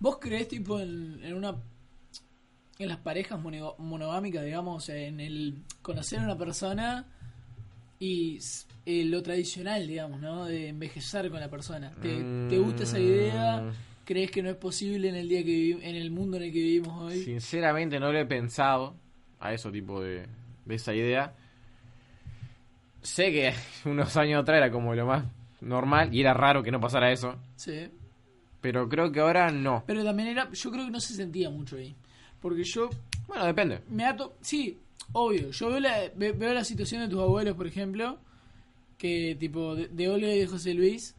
¿Vos creés tipo en, en una... En las parejas monego- monogámicas, digamos, o sea, en el conocer a una persona y s- eh, lo tradicional, digamos, ¿no? De envejecer con la persona. ¿Te, te gusta esa idea? ¿Crees que no es posible en el día que vivi- en el mundo en el que vivimos hoy?
Sinceramente no lo he pensado a eso tipo de, de esa idea. Sé que unos años atrás era como lo más normal y era raro que no pasara eso,
Sí.
pero creo que ahora no.
Pero también era, yo creo que no se sentía mucho ahí. Porque yo
Bueno, depende.
me ha to- sí, obvio, yo veo la, ve- veo la situación de tus abuelos, por ejemplo, que tipo de, de Olga y de José Luis,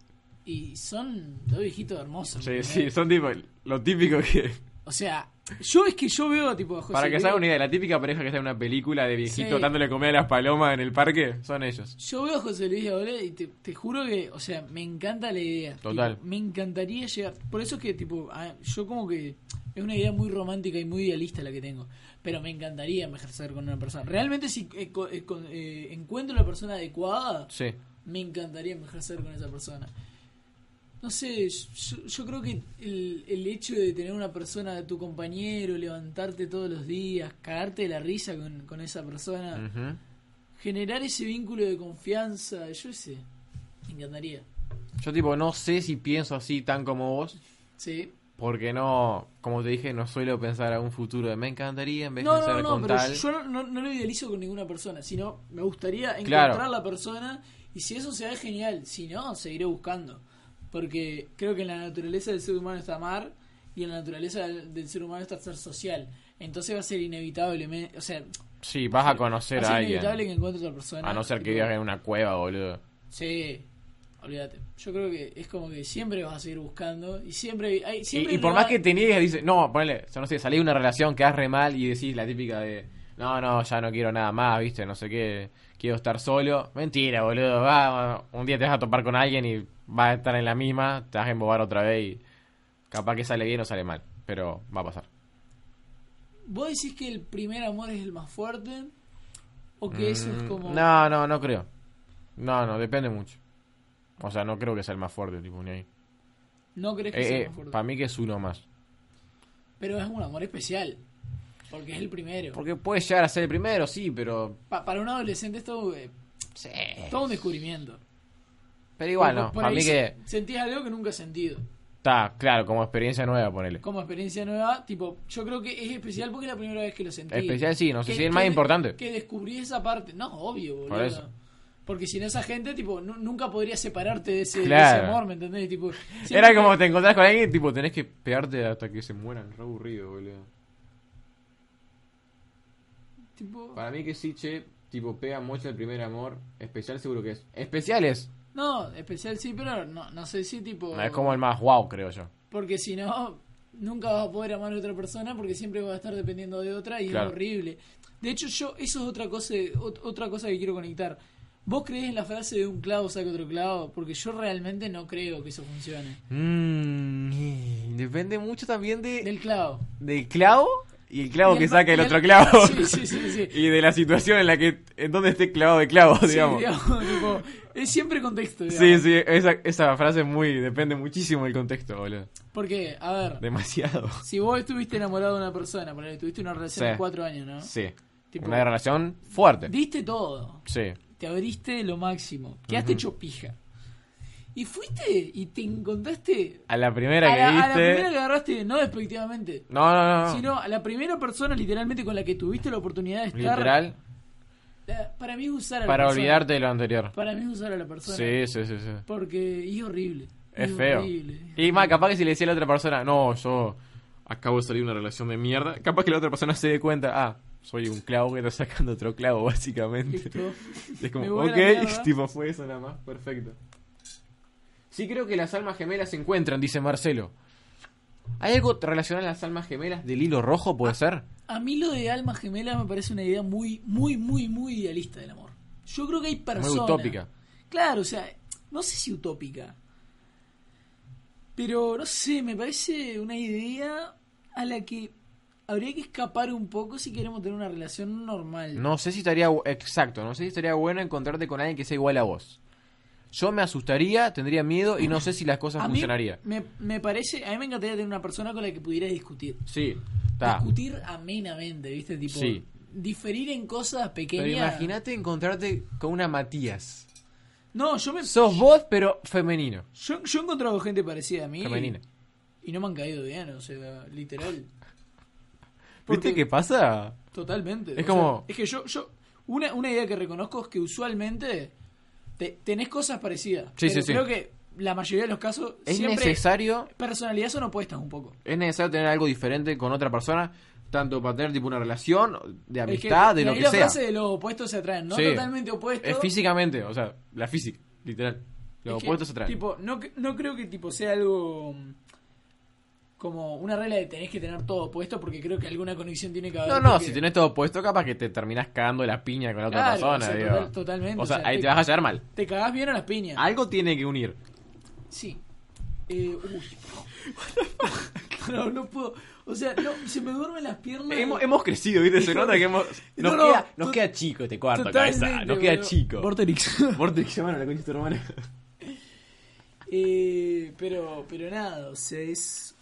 y son dos viejitos hermosos.
Sí,
¿entendés?
sí, son tipo lo típico que...
O sea, yo es que yo veo tipo a José
Para que
Luis,
se hagan una idea, la típica pareja que está en una película de viejito
Sí.
dándole comida a las palomas en el parque, son ellos.
Yo veo a José Luis y a Olga y te, te juro que, o sea, me encanta la idea.
Total.
Tipo, me encantaría llegar. Por eso es que, tipo, a- yo como que es una idea muy romántica y muy idealista la que tengo. Pero me encantaría ejercer con una persona. Realmente si eh, co- eh, con- eh, encuentro la persona adecuada,
Sí.
me encantaría ejercer con esa persona. No sé, yo, yo creo que el, el hecho de tener una persona de tu compañero, levantarte todos los días, cagarte de la risa con, con esa persona,
Ujú.
generar ese vínculo de confianza, yo qué sé, me encantaría.
Yo tipo no sé si pienso así tan como vos,
Sí.
Porque no, como te dije, no suelo pensar a un futuro de me encantaría
No,
envejecer
no, no,
con
pero
tal.
yo no, no- no lo idealizo con ninguna persona, sino me gustaría
Claro.
encontrar la persona y si eso se da genial, si no, seguiré buscando. Porque creo que en la naturaleza del ser humano está amar y en la naturaleza del, del ser humano está ser social. Entonces va a ser inevitable, me- o sea,
Sí, vas a
va
conocer
a
a
ser
alguien.
inevitable que encuentre otra persona.
A no ser que
Tipo,
vivas en una cueva, boludo.
Sí, olvídate. Yo creo que es como que siempre vas a seguir buscando y siempre... Hay,
Y,
siempre
y por
le
más
va-
que te niegues, dices, no, ponele, o sea, no sé, salís de una relación, quedás re mal y decís la típica de, no, no, ya no quiero nada más, viste, no sé qué, quiero estar solo. Mentira, boludo, va, un día te vas a topar con alguien y vas a estar en la misma, te vas a embobar otra vez y capaz que sale bien o sale mal, pero va a pasar.
¿Vos decís que el primer amor es el más fuerte? ¿O que eso es
Mm,
como.?
No, no, no creo. No, no, depende mucho. O sea, no creo que sea el más fuerte, tipo, ni ahí.
¿No crees que sea el más fuerte?
para Eh, mí que es uno más.
Pero es un amor especial. Porque es el primero.
Porque puede llegar a ser el primero, sí, pero...
Pa- para un adolescente es todo, eh,
Sí.
todo un descubrimiento.
Pero igual,
Por-
no.
por
Para
ahí
mí
se-
que...
Sentís algo que nunca has sentido.
Está, claro, como experiencia nueva, ponele.
Como experiencia nueva, tipo, yo creo que es especial porque es la primera vez que lo sentí.
Especial sí, no sé
Que-
si es el
que
más
de-
importante.
Que descubrí esa parte. No, obvio, boludo.
Por eso.
Porque sin esa gente, tipo, nu- nunca podrías separarte de ese, de
Claro.
ese amor, ¿me entendés? Tipo,
Era
siempre-
como te encontrás con alguien y tipo tenés que pegarte hasta que se mueran, re aburrido, boludo.
tipo,
Para mí que sí, che, tipo pega mucho el primer amor. Especial seguro que es. Especiales.
no, especial sí, pero no, no sé si, tipo.
No, es como el más wow, creo yo.
Porque si no, nunca vas a poder amar a otra persona porque siempre vas a estar dependiendo de otra y
Claro.
es horrible. De hecho, yo, eso es otra cosa, ot- otra cosa que quiero conectar. ¿Vos crees en la frase de un clavo saca otro clavo? Porque yo realmente no creo que eso funcione.
Mmm. Depende mucho también de,
Del clavo.
del clavo y el clavo
Y
que
el-
saca el
y el-
otro clavo.
Sí, sí, sí, sí.
Y de la situación en la que. En donde esté clavado de clavo,
Sí,
digamos.
digamos, tipo, es siempre contexto.
Sí,
Digamos.
sí, esa, esa frase es muy. Depende muchísimo del contexto, boludo.
Porque, a ver,
Demasiado.
si vos estuviste enamorado de una persona, ponele, tuviste una relación
Sí.
de cuatro años, ¿no?
Sí.
Tipo-
Una relación fuerte.
Diste todo.
Sí.
te abriste lo máximo, quedaste hecho pija. Y fuiste y te encontraste
A la
a
primera que
la, a la
viste.
primera que agarraste, no despectivamente,
No, no, no.
sino a la primera persona literalmente con la que tuviste la oportunidad de estar.
Literal.
La- para mí es usar a la
Para
persona.
olvidarte de lo anterior.
Para mí es usar a la persona.
Sí, sí, sí, sí.
Porque y es horrible.
Es
y
feo.
horrible.
Y más, capaz que si le decía a la otra persona, no, yo acabo de salir de una relación de mierda, capaz que la otra persona se dé cuenta, ah, soy un clavo que está sacando otro clavo, básicamente.
Listo.
Y es
Me
como,
voy a
ok,
la mierda.
tipo, fue eso nada más, perfecto. Sí creo que las almas gemelas se encuentran, dice Marcelo. ¿Hay algo relacionado a las almas gemelas del hilo rojo,
Ah,
puede ser?
A mí lo de alma gemela me parece una idea muy, muy, muy, muy idealista del amor. Yo creo que hay personas.
utópica.
Claro, o sea, no sé si utópica. Pero no sé, me parece una idea a la que habría que escapar un poco si queremos tener una relación normal.
No sé si estaría bu- exacto, no sé si estaría bueno encontrarte con alguien que sea igual a vos. Yo me asustaría, tendría miedo y no sé si las cosas
a mí
funcionarían.
me, me parece, a mí me encantaría tener una persona con la que pudiera discutir.
Sí, está.
Discutir amenamente, ¿viste? Tipo,
Sí.
diferir en cosas pequeñas.
Pero imagínate encontrarte con una Matías.
No, yo me
Sos vos, pero femenino.
Yo, yo he encontrado gente parecida a mí.
Femenina.
Y no me han caído bien, o sea, literal.
¿Viste
Porque-
qué pasa?
Totalmente.
Es
o sea,
como-
es que yo, yo una, una idea que reconozco es que usualmente te- tenés cosas parecidas.
Sí, sí,
pero
sí.
Creo que la mayoría de los casos
Es
siempre
necesario
personalidades son opuestas un poco.
es necesario tener algo diferente con otra persona, tanto para tener tipo una relación de
Es que
amistad, de lo
ahí
que
la
sea.
frase de los opuestos se atraen, no
Sí.
totalmente opuestos.
Es físicamente, o sea, la física, literal. Los
Es que,
opuestos se atraen.
Tipo, no, cre- no creo que tipo sea algo mm, como una regla de tenés que tener todo opuesto porque creo que alguna conexión tiene que haber.
No, no,
porque-
si tenés todo opuesto, capaz que te terminás cagando de la piña con la otra
Claro,
persona,
o sea,
digo.
total- totalmente,
O
o
sea,
sea,
ahí
te-
te vas a llevar mal.
Te cagás bien a las piñas.
Algo tiene que unir.
Sí. Eh, uy. no, no puedo. O sea, no, se me duermen las piernas.
Hemos, hemos crecido, ¿viste? Se nota que hemos. Nos,
No, no,
queda, nos
to-
queda chico este cuarto,
Totalmente,
cabeza. Nos queda
boludo.
chico.
Vorterix.
Vortex, llamalo a la concha de tu hermana.
Eh, pero, pero nada, o sea, es.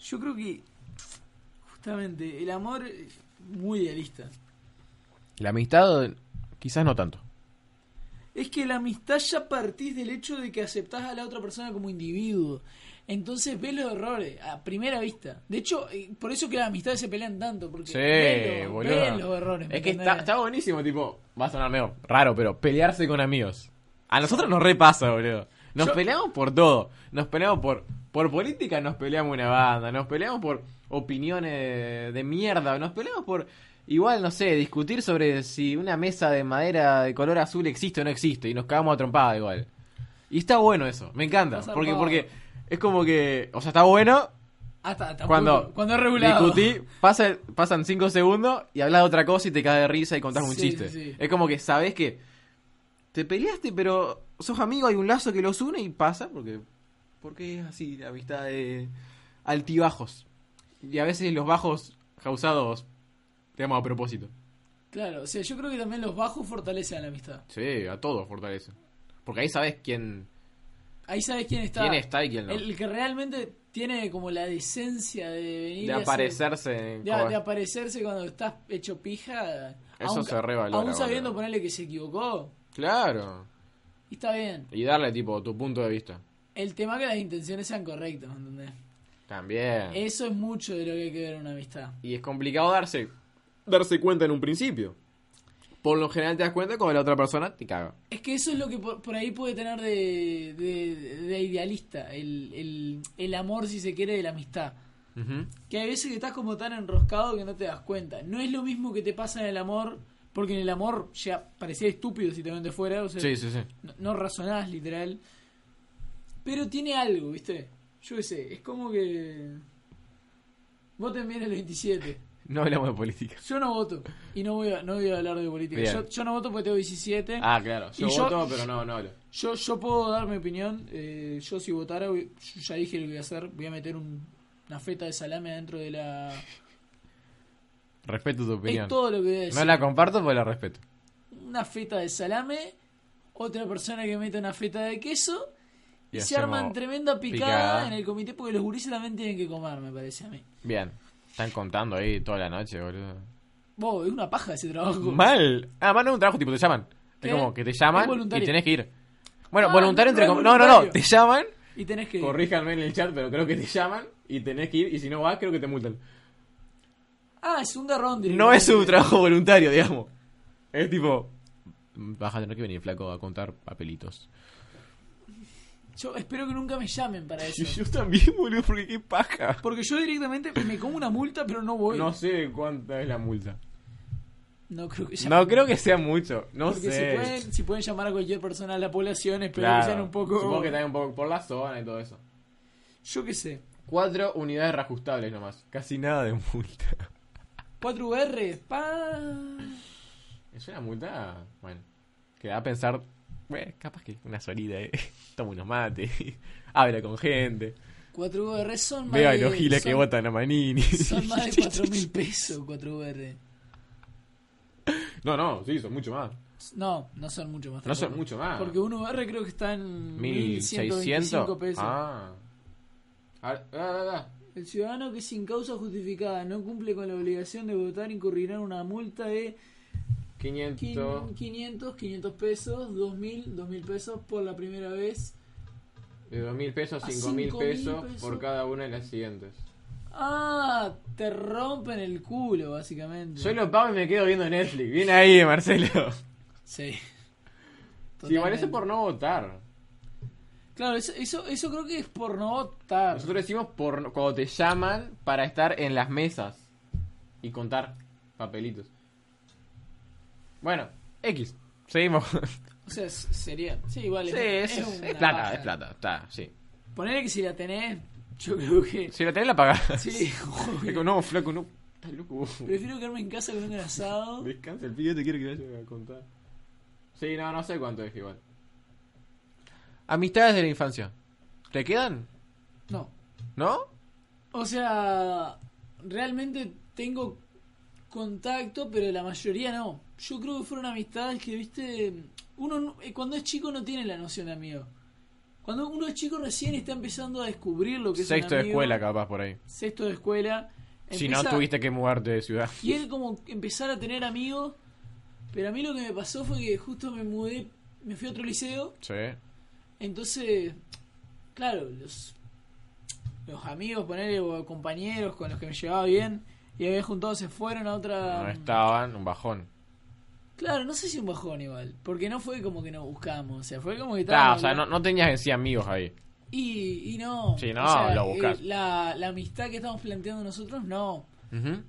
Yo creo que. Justamente, el amor es muy idealista.
La amistad, quizás no tanto.
Es que la amistad ya partís del hecho de que aceptás a la otra persona como individuo. Entonces ves los errores a primera vista. De hecho, eh, por eso que las amistades se pelean tanto. Porque
Sí,
ves los,
boludo.
ves los errores. ¿me
es que
entendés?
está, está buenísimo, tipo. Va a sonar medio raro, pero pelearse con amigos. A nosotros nos repasa, boludo. Nos
Yo-
peleamos por todo. Nos peleamos por. Por política nos peleamos una banda, nos peleamos por opiniones de, de mierda, nos peleamos por. Igual, no sé, discutir sobre si una mesa de madera de color azul existe o no existe, y nos cagamos a trompada igual. Y está bueno eso, me encanta.
Está
Porque,
zarpado.
porque es como que. O sea, está bueno,
Hasta, hasta
cuando,
punto. cuando es regulado.
discutí, pasa- pasan 5 segundos y hablas de otra cosa y te caes de risa y contás un
Sí,
chiste.
sí.
Es como que sabes que te peleaste, pero sos amigo, hay un lazo que los une y pasa, porque, porque es así, la amistad de altibajos. Y a veces los bajos causados, digamos, a propósito.
Claro, o sea, yo creo que también los bajos fortalecen a la amistad.
Sí, a todos fortalece. Porque ahí sabes quién,
Ahí sabes quién está.
quién está y quién no.
El, el que realmente tiene como la decencia de venir. y
de
hacer-
aparecerse.
de,
como-
de aparecerse cuando estás hecho pija.
Eso se revalora,
Aún sabiendo
boludo.
ponerle que se equivocó.
Claro.
Y está bien.
Y darle, tipo, tu punto de vista.
El tema que las intenciones sean correctas, ¿me entendés?
También.
Eso es mucho de lo que hay que ver en una amistad.
Y es complicado darse, darse cuenta en un principio. Por lo general te das cuenta cuando la otra persona te caga.
Es que eso es lo que por, por ahí puede tener de, de- de idealista, el, el, el amor, si se quiere, de la amistad.
Ujú.
Que hay veces que estás como tan enroscado que no te das cuenta. No es lo mismo que te pasa en el amor, porque en el amor ya parecía estúpido si te ven de fuera, o sea,
Sí, sí, sí.
no, no razonás literal. Pero tiene algo, ¿viste? Yo qué sé, es como que... Voten bien el 27.
No hablamos de política.
Yo no voto. Y no voy a, no voy a hablar de política.
Bien.
Yo, yo no voto porque tengo 17.
Ah, claro. Yo
Y yo-
voto, pero no, no hablo.
Yo, yo puedo dar mi opinión. eh, yo si votara, voy- yo ya dije lo que voy a hacer. Voy a meter un- una feta de salame dentro de la...
Respeto tu opinión.
Es todo lo que voy a decir.
No la comparto, pero la respeto.
Una feta de salame, otra persona que mete una feta de queso. Y,
Y
se arman
hacemos
tremenda picada,
picada.
en el comité porque los gurises también tienen que comer, me parece a mí.
Bien. Están contando ahí toda la noche, boludo.
Wow, es una paja ese trabajo.
Mal. Además, no es un trabajo, tipo, te llaman.
¿Qué?
Es como que te
Es
llaman
voluntario.
y tenés que ir. Bueno,
Ah,
voluntario
no,
entre
no
com-
es
No, no, no.
voluntario.
Te llaman.
Y tenés que...
Corríjanme en el chat, pero creo que te llaman y tenés que ir. Y si no vas, creo que te multan.
Ah, es un garrón.
No es un
directamente.
trabajo voluntario, digamos. Es tipo. Vas a tener que venir flaco a contar papelitos.
Yo espero que nunca me llamen para eso.
Yo también, boludo, porque qué paja.
Porque yo directamente me como una multa, pero no voy.
No
No,
sé cuánta es la multa.
creo que
No creo que sea mucho. No
Porque
sé.
si pueden, si pueden llamar a cualquier persona de la población, espero
Claro.
que sean un
Supongo
poco.
que también un poco por la zona y todo eso.
Yo qué sé.
Cuatro unidades reajustables nomás. Casi nada de multa.
4VR, pa.
Es una multa, bueno, que da a pensar, bueno, capaz que una solida, eh. Toma unos mates, habla con gente,
4VR son más
veo a
de.
los giles
son,
que votan a Manini.
Son más de 4 mil pesos, 4VR.
No, no, sí, son mucho más.
No, no son mucho más.
No son
tampoco.
mucho Ah. más.
Porque 1VR creo que está en 1.600 pesos.
Ah. A ver, da, da, da.
El ciudadano que sin causa justificada no cumple con la obligación de votar incurrirá en una multa de
500.
500, 500 pesos, 2.000, 2.000 pesos por la primera vez.
De 2.000 pesos,
A
5.000 pesos,
5.000 pesos.
por cada una de las siguientes.
Ah, te rompen el culo, básicamente.
Yo lo pago y me quedo viendo Netflix. Bien ahí, Marcelo.
Sí.
Si igual
Totalmente.
eso es por no votar.
Claro, eso, eso, eso creo que es por no votar.
Nosotros decimos por cuando te llaman para estar en las mesas y contar papelitos. Bueno, X. Seguimos.
O sea, s- sería. Sí, igual.
Sí, es, es
una
plata,
paja.
es plata, está, sí.
Ponele que si la tenés, yo creo que.
Si la tenés la pagás.
Sí,
Es
obvio.
como, no, flaco, no. Estás loco.
Prefiero quedarme en casa con un asado.
Descansa el pibe, te quiero que vaya a contar. Sí, no, no sé cuánto es igual. Amistades de la infancia. ¿Te quedan?
No.
¿No?
O sea, realmente tengo contacto, pero la mayoría no. Yo creo que fueron amistades que, viste, uno no- eh, cuando es chico no tiene la noción de amigo. Cuando uno es chico recién está empezando a descubrir lo que es un
Sexto de
amigo.
escuela, capaz, por ahí.
Sexto de escuela.
Si no,
Empieza-
tuviste que mudarte de ciudad.
Y él como empezar a tener amigos, pero a mí lo que me pasó fue que justo me mudé, me fui a otro liceo,
Sí.
entonces, claro, los, los amigos, ponerle o compañeros con los que me llevaba bien y había juntado se fueron a otra.
No estaban, un bajón.
Claro, no sé si un bajón igual, porque no fue como que nos buscamos, o sea, fue como que estábamos
Claro, o sea, no, no tenías en sí amigos ahí.
Y, y no.
Sí, no,
o sea, eh,
lo buscás.
la, la amistad que estamos planteando nosotros, no.
Ujú.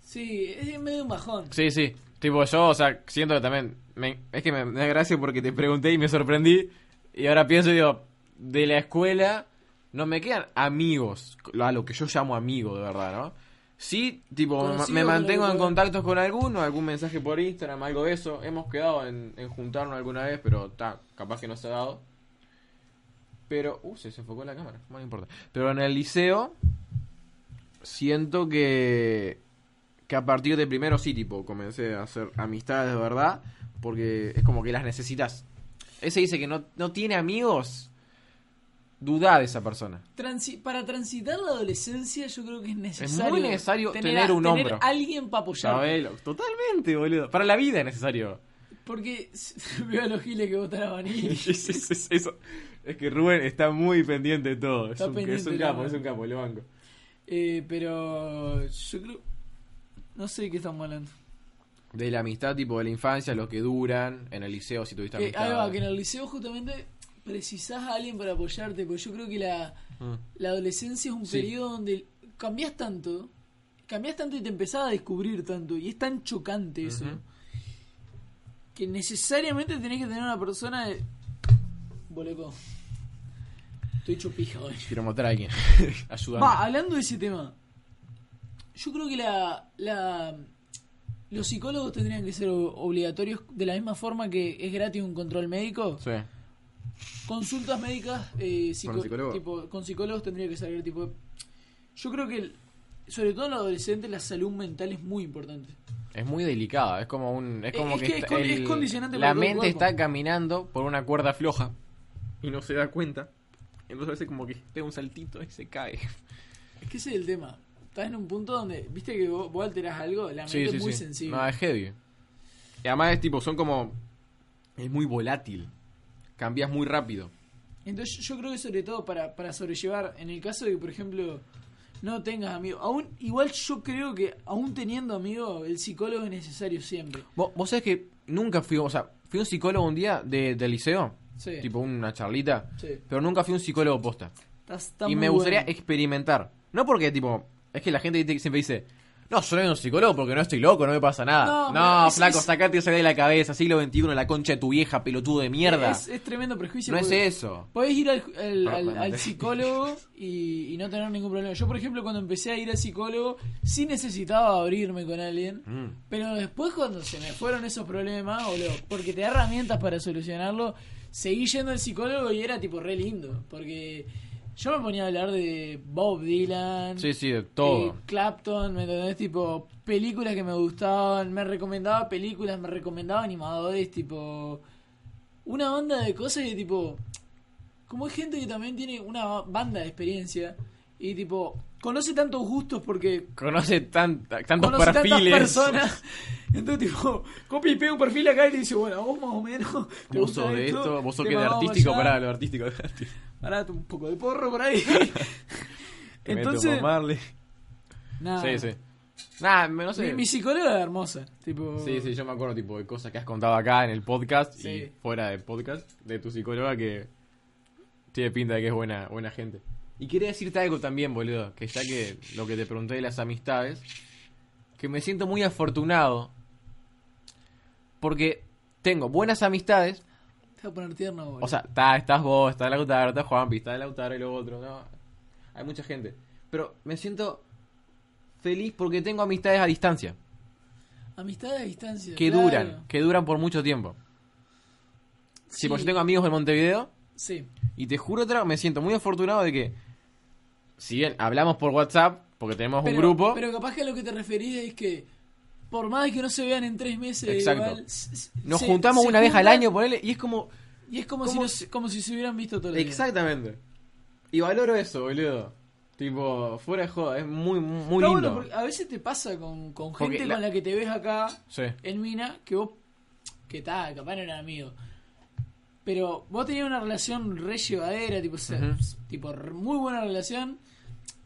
Sí, es medio un bajón.
Sí, sí. Tipo, yo, o sea, siento que también. me- es que me, me da gracia porque te pregunté y me sorprendí. Y ahora pienso y digo, de la escuela no me quedan amigos, a lo que yo llamo amigo, de verdad, ¿no? Sí, tipo, me-
Conocido
me
con
mantengo en
algún-
contacto con alguno, algún mensaje por Instagram, algo de eso. Hemos quedado en, en juntarnos alguna vez, pero ta, capaz que no se ha dado. Pero, uh, se, se enfocó la cámara, bueno, no importa. Pero en el liceo, siento que que a partir de primero sí, tipo, comencé a hacer amistades de verdad, porque es como que las necesitas. Ese dice que no, no tiene amigos, duda de esa persona.
Transi- para transitar la adolescencia yo creo que es necesario.
muy necesario tener un hombro.
alguien para apoyar.
Sabelo, totalmente, boludo. Para la vida es necesario.
Porque veo a los giles que votan a Vanilla.
Es, es- es- eso. Es que Rubén está muy pendiente de todo. Es
Está
un, es
pendiente
un
de
capo,
la-
es un capo, lo banco.
Eh, pero yo creo... No sé de qué estamos hablando.
De la amistad, tipo de la infancia, los que duran, en el liceo si tuviste
Eh,
amistad.
ahí va, que en el liceo justamente precisás a alguien para apoyarte, porque yo creo que la,
Mm.
la adolescencia es un
Sí.
periodo donde cambias tanto, cambias tanto y te empezás a descubrir tanto, y es tan chocante eso,
Ujú.
que necesariamente tenés que tener una persona de... Boleco. Estoy hecho pija hoy.
Quiero matar a alguien. Ayúdame.
Va, hablando de ese tema, yo creo que la, la- los psicólogos tendrían que ser o- obligatorios de la misma forma que es gratis un control médico.
Sí.
Consultas médicas eh, psico-
¿Con psicólogo?
tipo, con psicólogos tendría que salir tipo. Yo creo que el- sobre todo en los adolescentes la salud mental es muy importante.
Es muy delicada, es como un... Es
Eh,
como
es
que,
que es
está-
con- es condicionante
La
para todo el
mente
cuerpo.
está caminando por una cuerda floja.
Y no se da cuenta. Entonces a veces como que pega un saltito y se cae.
Es que ese es el tema. Estás en un punto donde, viste que vos, vos alterás algo, la mente
Sí, sí,
es muy
sí.
sensible.
No, es heavy. Y además es tipo, son como... Es muy volátil. Cambias muy rápido.
Entonces yo creo que sobre todo para, para sobrellevar, en el caso de que por ejemplo no tengas amigos, aún igual yo creo que aún teniendo amigos, el psicólogo es necesario siempre.
Vos, vos sabés que nunca fui... O sea, fui a un psicólogo un día de, del liceo.
Sí.
Tipo una charlita.
Sí.
Pero nunca fui a un psicólogo posta.
Está- está
y
muy
me gustaría
bueno.
experimentar. No porque, tipo, es que la gente dice- siempre dice, no, yo no soy un psicólogo porque no estoy loco, no me pasa nada.
No,
No,
pero es-
flaco,
es-
sacate esa idea de la cabeza, siglo XXI, la concha de tu vieja, pelotudo de mierda.
Es, es tremendo prejuicio.
no es
porque
eso.
Podés ir al, al-
Perdón,
al-
me
al
maté.
psicólogo y, y no tener ningún problema. Yo, por ejemplo, cuando empecé a ir al psicólogo, sí necesitaba abrirme con alguien.
Mm.
Pero después cuando se me fueron esos problemas, boludo, porque te da herramientas para solucionarlo, seguí yendo al psicólogo y era tipo re lindo, porque yo me ponía a hablar de Bob Dylan,
Sí, sí, de
eh,
todo.
Clapton, ¿me entendés? Tipo, películas que me gustaban, me recomendaba películas, me recomendaba animadores, tipo, una banda de cosas que tipo, como hay gente que también tiene una ba- banda de experiencia y tipo, conoce tantos gustos porque
Conoce tan- tantos
conoce
perfiles.
tantas personas. Entonces, tipo, copia y pega un perfil acá y le dice, bueno, a vos más o menos. te
Vos
gusta
sos de esto, vos sos
te
que de
mandamos
artístico,
allá,
pará, lo artístico. de artístico.
pará, un poco de porro por ahí.
Te meto
Entonces,
Bob Marley.
nada,
Sí, sí. Nah, me- no
Mi,
sé.
mi psicóloga era hermosa. Tipo,
Sí, sí, yo me acuerdo tipo de cosas que has contado acá en el podcast
Sí.
y fuera del podcast de tu psicóloga que tiene pinta de que es buena, buena gente. Y quería decirte algo también, boludo, que ya que lo que te pregunté de las amistades, que me siento muy afortunado porque tengo buenas amistades,
Te voy a poner tierno, boludo.
o sea, está, estás vos, está Lautaro, está Juanpi, está Lautaro y lo otro, no, hay mucha gente, pero me siento feliz porque tengo amistades a distancia,
amistades a distancia.
que
claro.
duran, que duran por mucho tiempo. Sí,
Sí,
porque yo tengo amigos en Montevideo
Sí,
y te juro, otra, me siento muy afortunado de que, si bien hablamos por WhatsApp, porque tenemos
pero,
un grupo,
Pero capaz que a lo que te referís es que, por más que no se vean en tres meses,
Exacto.
igual, s- s-
nos
se-
juntamos
se
una vez al
juntan
año, ponele, y es como...
Y es como, si,
¿Cómo
no se- como si se hubieran visto todo el día.
Exactamente. Y valoro eso, boludo. Tipo, fuera de joda, es muy, muy
Está
lindo.
bueno, porque a veces te pasa con, con
Porque
gente
la-
con la que te ves acá
Sí.
en Mina, que vos, que tal, capaz no eran amigos. Pero vos tenías una relación re llevadera, tipo, o sea,
Ujú.
tipo re- muy buena relación.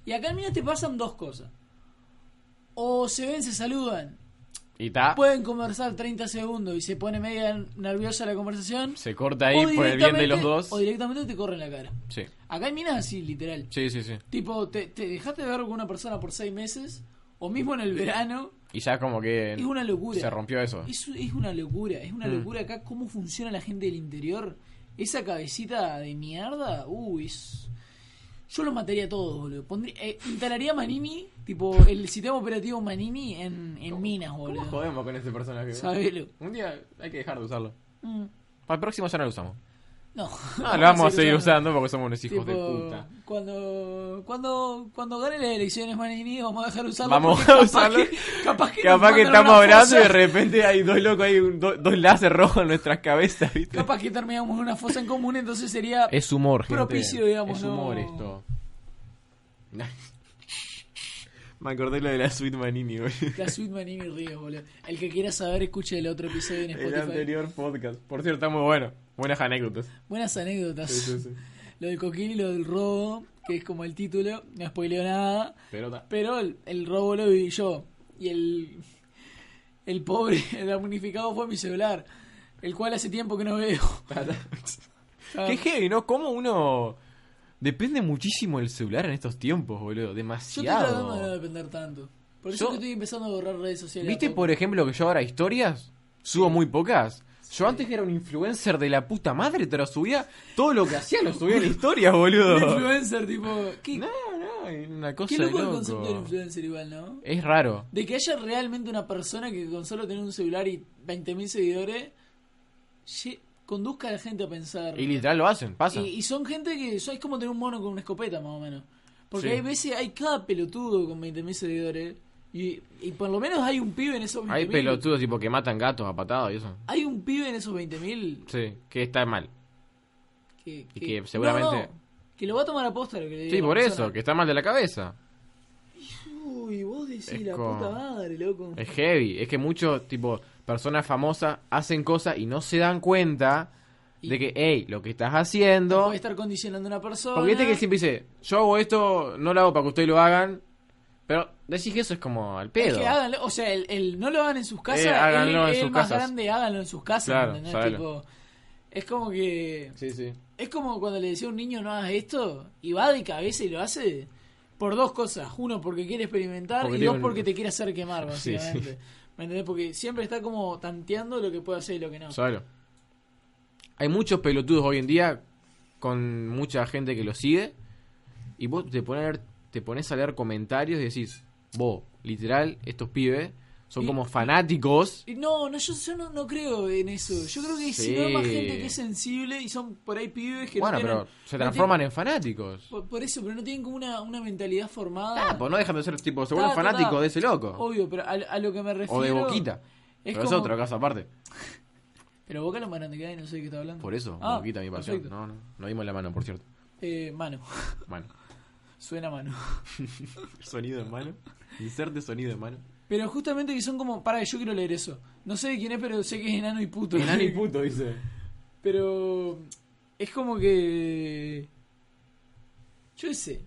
Y acá en Mina te pasan dos cosas. O se ven, se saludan,
Y ta,
pueden conversar 30 segundos y se pone media nerviosa la conversación.
se corta ahí
o
por el bien de los
directamente-
dos.
O directamente te corren la cara.
Sí,
Acá en Mina es así, literal.
sí, sí, sí.
Tipo, te, te dejaste de ver con una persona por seis meses, o mismo en el verano,
Y ya como que
es una locura.
se rompió eso.
Es, es una locura, es una
Mm.
locura acá cómo funciona la gente del interior. Esa cabecita de mierda, uy, es... Yo los mataría a todos, boludo. Pondría, eh, instalaría Manini, tipo el sistema operativo Manini en, en Minas,
¿Cómo
boludo.
jodemos con este personaje?
Sabelo.
Un día hay que dejar de usarlo.
Mm,
Para el próximo ya no lo usamos.
No.
No, Ah, lo vamos a seguir usando porque somos unos hijos de
Tipo,
puta.
Cuando, cuando, cuando gane las elecciones, Manini, vamos a dejar de usarlo.
Vamos
porque
a
capaz
usarlo.
que- capaz que, nos
Capaz que
mandan
estamos
una
hablando y
fosa.
de repente hay dos locos, hay un- do- dos láser rojos en nuestras cabezas, ¿viste?
Capaz que terminamos en una fosa en común, entonces sería.
Es humor, gente.
Propicio, digamos,
Es humor
no-
esto.
Me acordé lo de la suite Manini, güey.
La suite Manini Ríos, boludo. El que quiera saber, escuche el otro episodio en
El
Spotify.
anterior podcast. Por cierto, está muy bueno. Buenas anécdotas.
Buenas anécdotas.
Sí, sí, sí.
Lo del coquín y lo del robo, que es como el título, no spoileo nada.
Pero ta.
Pero el, el robo lo vi yo. Y el, el pobre, el damnificado fue mi celular. El cual hace tiempo que no veo. Ah,
Qué heavy, ¿no? Como uno. Depende muchísimo del celular en estos tiempos, boludo.
yo estoy tratando de no
Demasiado.
depender tanto. Por
Yo-
eso que estoy empezando a borrar redes sociales.
¿Viste,
Tampoco.
por ejemplo, que yo ahora historias? Subo muy pocas. Yo antes era un influencer de la puta madre, te lo subía. Todo lo que hacía lo subía en historias,
Un
boludo.
influencer, tipo. Qué,
No, no, es una cosa
qué
de
loco el
loco.
concepto del influencer, igual, ¿no?
Es raro.
De que haya realmente una persona que con solo tener un celular y 20.000 seguidores lle- conduzca a la gente a pensar.
Y literal lo hacen, pasa.
Y, y son gente que so- es como tener un mono con una escopeta, más o menos. Porque
Sí.
hay veces, hay cada pelotudo con 20.000 seguidores. Y, y por lo menos hay un pibe en esos 20.000.
Hay pelotudos tipo que matan gatos a patadas y eso.
Hay un pibe en esos 20.000
Sí, que está mal.
que,
Y que seguramente-
No, no, que lo va a tomar a posta lo que le diga
Sí,
la
por
persona.
eso, que está mal de la cabeza.
Uy, vos decís
Es
la
como-
puta madre, loco.
Es heavy. Es que muchos, tipo, personas famosas hacen cosas y no se dan cuenta
Y-
de que, hey, lo que estás
No
haciendo.
puede estar condicionando a una persona.
Porque viste que siempre dice, yo hago esto, no lo hago para que ustedes lo hagan. Pero decís que eso es como al
Es
pedo.
que háganlo, o sea, el, el no lo hagan en sus casas,
Eh, háganlo
el,
en
el
sus
más
casas.
grande háganlo en sus casas,
Claro,
¿entendés?
sabelo.
Tipo, es como que
Sí, sí.
es como cuando le decía a un niño no hagas esto y va de cabeza y lo hace por dos cosas, uno porque quiere experimentar
Porque
y
tiene
dos
un-
porque te quiere hacer quemar
Sí,
básicamente.
sí.
¿Me entendés? Porque siempre está como tanteando lo que puede hacer y lo que no.
Sabelo. Hay muchos pelotudos hoy en día con mucha gente que lo sigue. Y vos te pones a leer, te pones a leer comentarios y decís, vos, literal, estos pibes son
Y-
como fanáticos.
Y No, no, yo, yo no, no creo en eso. Yo creo que si no hay más gente que es sensible y son por ahí pibes que
bueno,
no tienen-
pero se
no tienen-
transforman en fanáticos.
por, por eso, pero no tienen como una, una mentalidad formada.
Ah, pues no dejan de ser tipo, se
Ta,
vuelven
ta, ta.
fanáticos de ese loco.
Obvio, pero a, a lo que me refiero.
O de Boquita.
Es
pero
como-
es otra casa aparte.
Pero Boca es lo más grande que hay, no sé de qué está hablando.
Por eso,
Ah,
Boquita mi pasión.
perfecto.
No, no, no dimos la mano, por cierto.
Eh, mano.
Mano.
Suena mano.
Sonido en mano. Inserte sonido en mano.
Pero justamente que son como. Para, yo quiero leer eso. No sé de quién es, pero sé que es enano y puto.
Enano y puto, dice.
Pero. Es como que. Yo qué sé.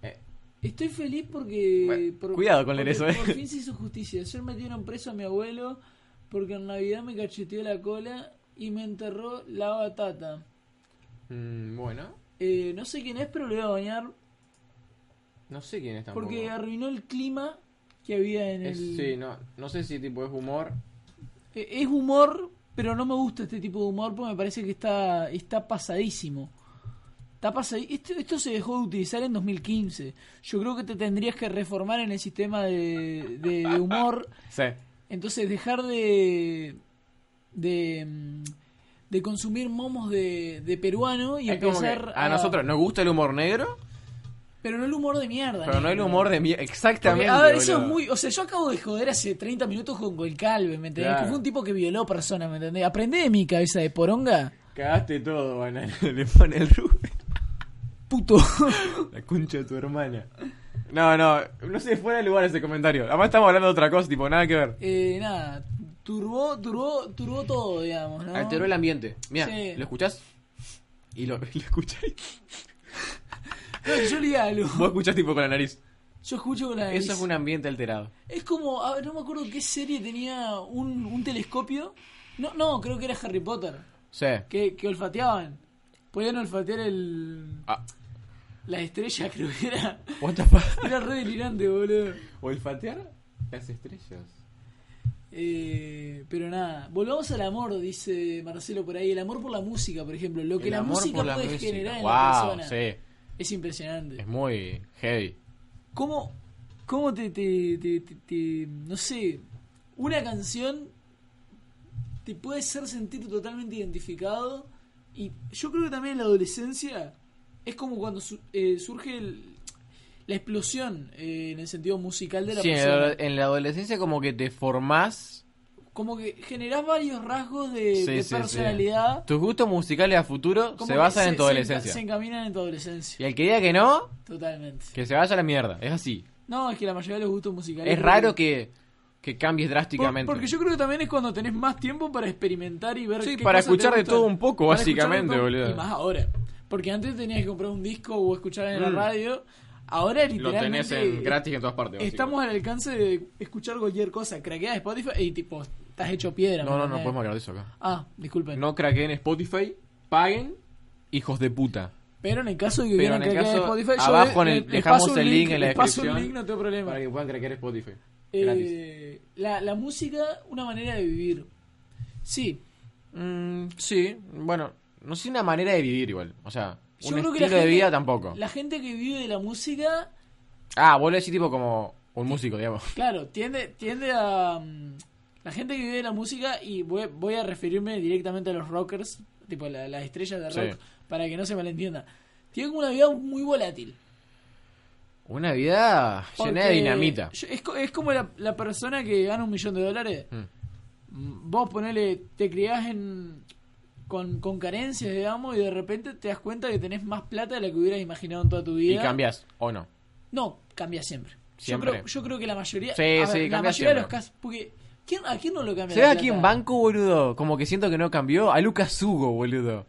Eh.
Estoy feliz porque.
Bueno, cuidado con leer
porque
eso, eh.
Por fin se hizo justicia. Ayer metieron preso a mi abuelo porque en Navidad me cacheteó la cola y me enterró la batata.
Mm, bueno,
Eh, no sé quién es, pero le voy a bañar
no sé quién es tampoco.
porque arruinó el clima que había en
Es-
el.
sí, no, no sé si tipo es humor.
Eh, Es humor, pero no me gusta este tipo de humor porque me parece que está, está pasadísimo. Está pasadi- Esto, esto se dejó de utilizar en 2015. Yo creo que te tendrías que reformar en el sistema de, de- de humor.
Sí.
Entonces, dejar de. de. mm, de consumir momos de, de peruano y
Es como que
empezar
a nosotros nos gusta el humor negro,
Pero no el humor de mierda.
pero no el
negro.
humor de mierda. Exactamente.
Porque, a ver, Ah, eso
boludo.
es muy. O sea, yo acabo de joder hace 30 minutos con el Calve, ¿me entendés?
Claro.
Que fue un tipo que violó personas, ¿me entendés? Aprende de mi cabeza de poronga,
Cagaste todo, banana. Le pone el Rubén.
puto.
La concha de tu hermana.
No, no, no sé, fuera de lugar ese comentario. Además estamos hablando de otra cosa, tipo, nada que ver.
eh, nada, turbó, turbó, turbó todo, digamos, ¿no?
Alteró el ambiente. Mira,
Sí.
¿lo escuchás? Y lo, y lo escucháis.
No, yo le hablo.
Vos escuchás tipo con la nariz.
Yo escucho con la nariz.
Eso es un ambiente alterado.
Es como, a ver, no me acuerdo qué serie tenía un, un telescopio. No, no, creo que era Harry Potter.
Sí.
Que, que olfateaban. Podían olfatear el.
Ah.
Las estrellas, creo que era.
What the fuck?
Era re delirante, boludo.
Olfatear las estrellas.
Eh, pero nada, volvamos al amor, dice Marcelo por ahí. El amor por la música, por ejemplo. Lo que la música
por la
puede
música.
generar en
wow,
la persona.
sí.
Es impresionante.
Es muy heavy.
¿Cómo, cómo te, te- te- te- te- No sé. Una canción te puede hacer sentir totalmente identificado. Y yo creo que también en la adolescencia es como cuando su- eh, surge el- la explosión eh, en el sentido musical de la
Sí, en
persona.
la, en la adolescencia como que te formás.
Como que generás varios rasgos de,
Sí,
de
sí, sí.
personalidad.
Tus gustos musicales a futuro
Como
se
que
basan en tu
enca-
adolescencia.
Se encaminan en tu
Y
adolescencia.
el que diga que no,
Totalmente.
que se vaya a la mierda. Es así.
No, es que la mayoría de los gustos musicales.
Es raro que, que cambies
Por-
drásticamente.
porque yo creo que también es cuando tenés más tiempo para experimentar y ver
Sí,
qué
para
cosas te
escuchar de
gustan.
todo un poco,
Para escuchar de
básicamente,
todo-
boludo.
Y más ahora. Porque antes tenías que comprar un disco o escuchar en la
Mm.
radio. Ahora
Lo
literalmente.
tenés en gratis en todas partes.
Estamos
básicamente.
al alcance de escuchar cualquier cosa. Craqueas Spotify y tipo, estás hecho piedra.
No, no, no
¿entendés?
podemos hablar de eso acá.
Ah, disculpen.
No craqueen Spotify, paguen, hijos de puta.
Pero en el caso de que
Pero
quieran
en el
craquear
caso,
Spotify, yo
abajo
le-
en el-
le- le
dejamos
paso un
el link en la
le paso un
descripción
link, no tengo problema.
Para que puedan craquear Spotify.
Eh,
Gratis.
la, la música, una manera de vivir. Sí,
Mm, sí, bueno, no sé una manera de vivir igual. O sea,
Yo
un
creo
estilo
que la
de
gente-
vida tampoco.
la gente que vive de la música,
Ah, vos lo decís tipo como un músico, digamos.
claro, tiende, tiende a... mm, La gente que vive de la música, y voy, voy a referirme directamente a los rockers, tipo la- las estrellas de
Sí.
rock, para que no se malentienda. Tienen una vida muy volátil.
Una vida llena de
Porque
dinamita.
yo- Es, co- es como la, la persona que gana un millón de dólares.
Mm.
Mm, Vos ponele, te criás en, con, con carencias, digamos, y de repente te das cuenta que tenés más plata de la que hubieras imaginado en toda tu vida.
Y cambias, ¿o no?
No, cambia siempre.
Siempre.
Yo, creo, yo creo que la mayoría.
Sí,
a
sí,
La mayoría
cambia
de
siempre.
los casos. Porque, ¿quién, ¿a quién no lo cambia?
¿Se
la
ve aquí
plata?
en banco, boludo? Como que siento que no cambió. A Lucas Hugo, boludo.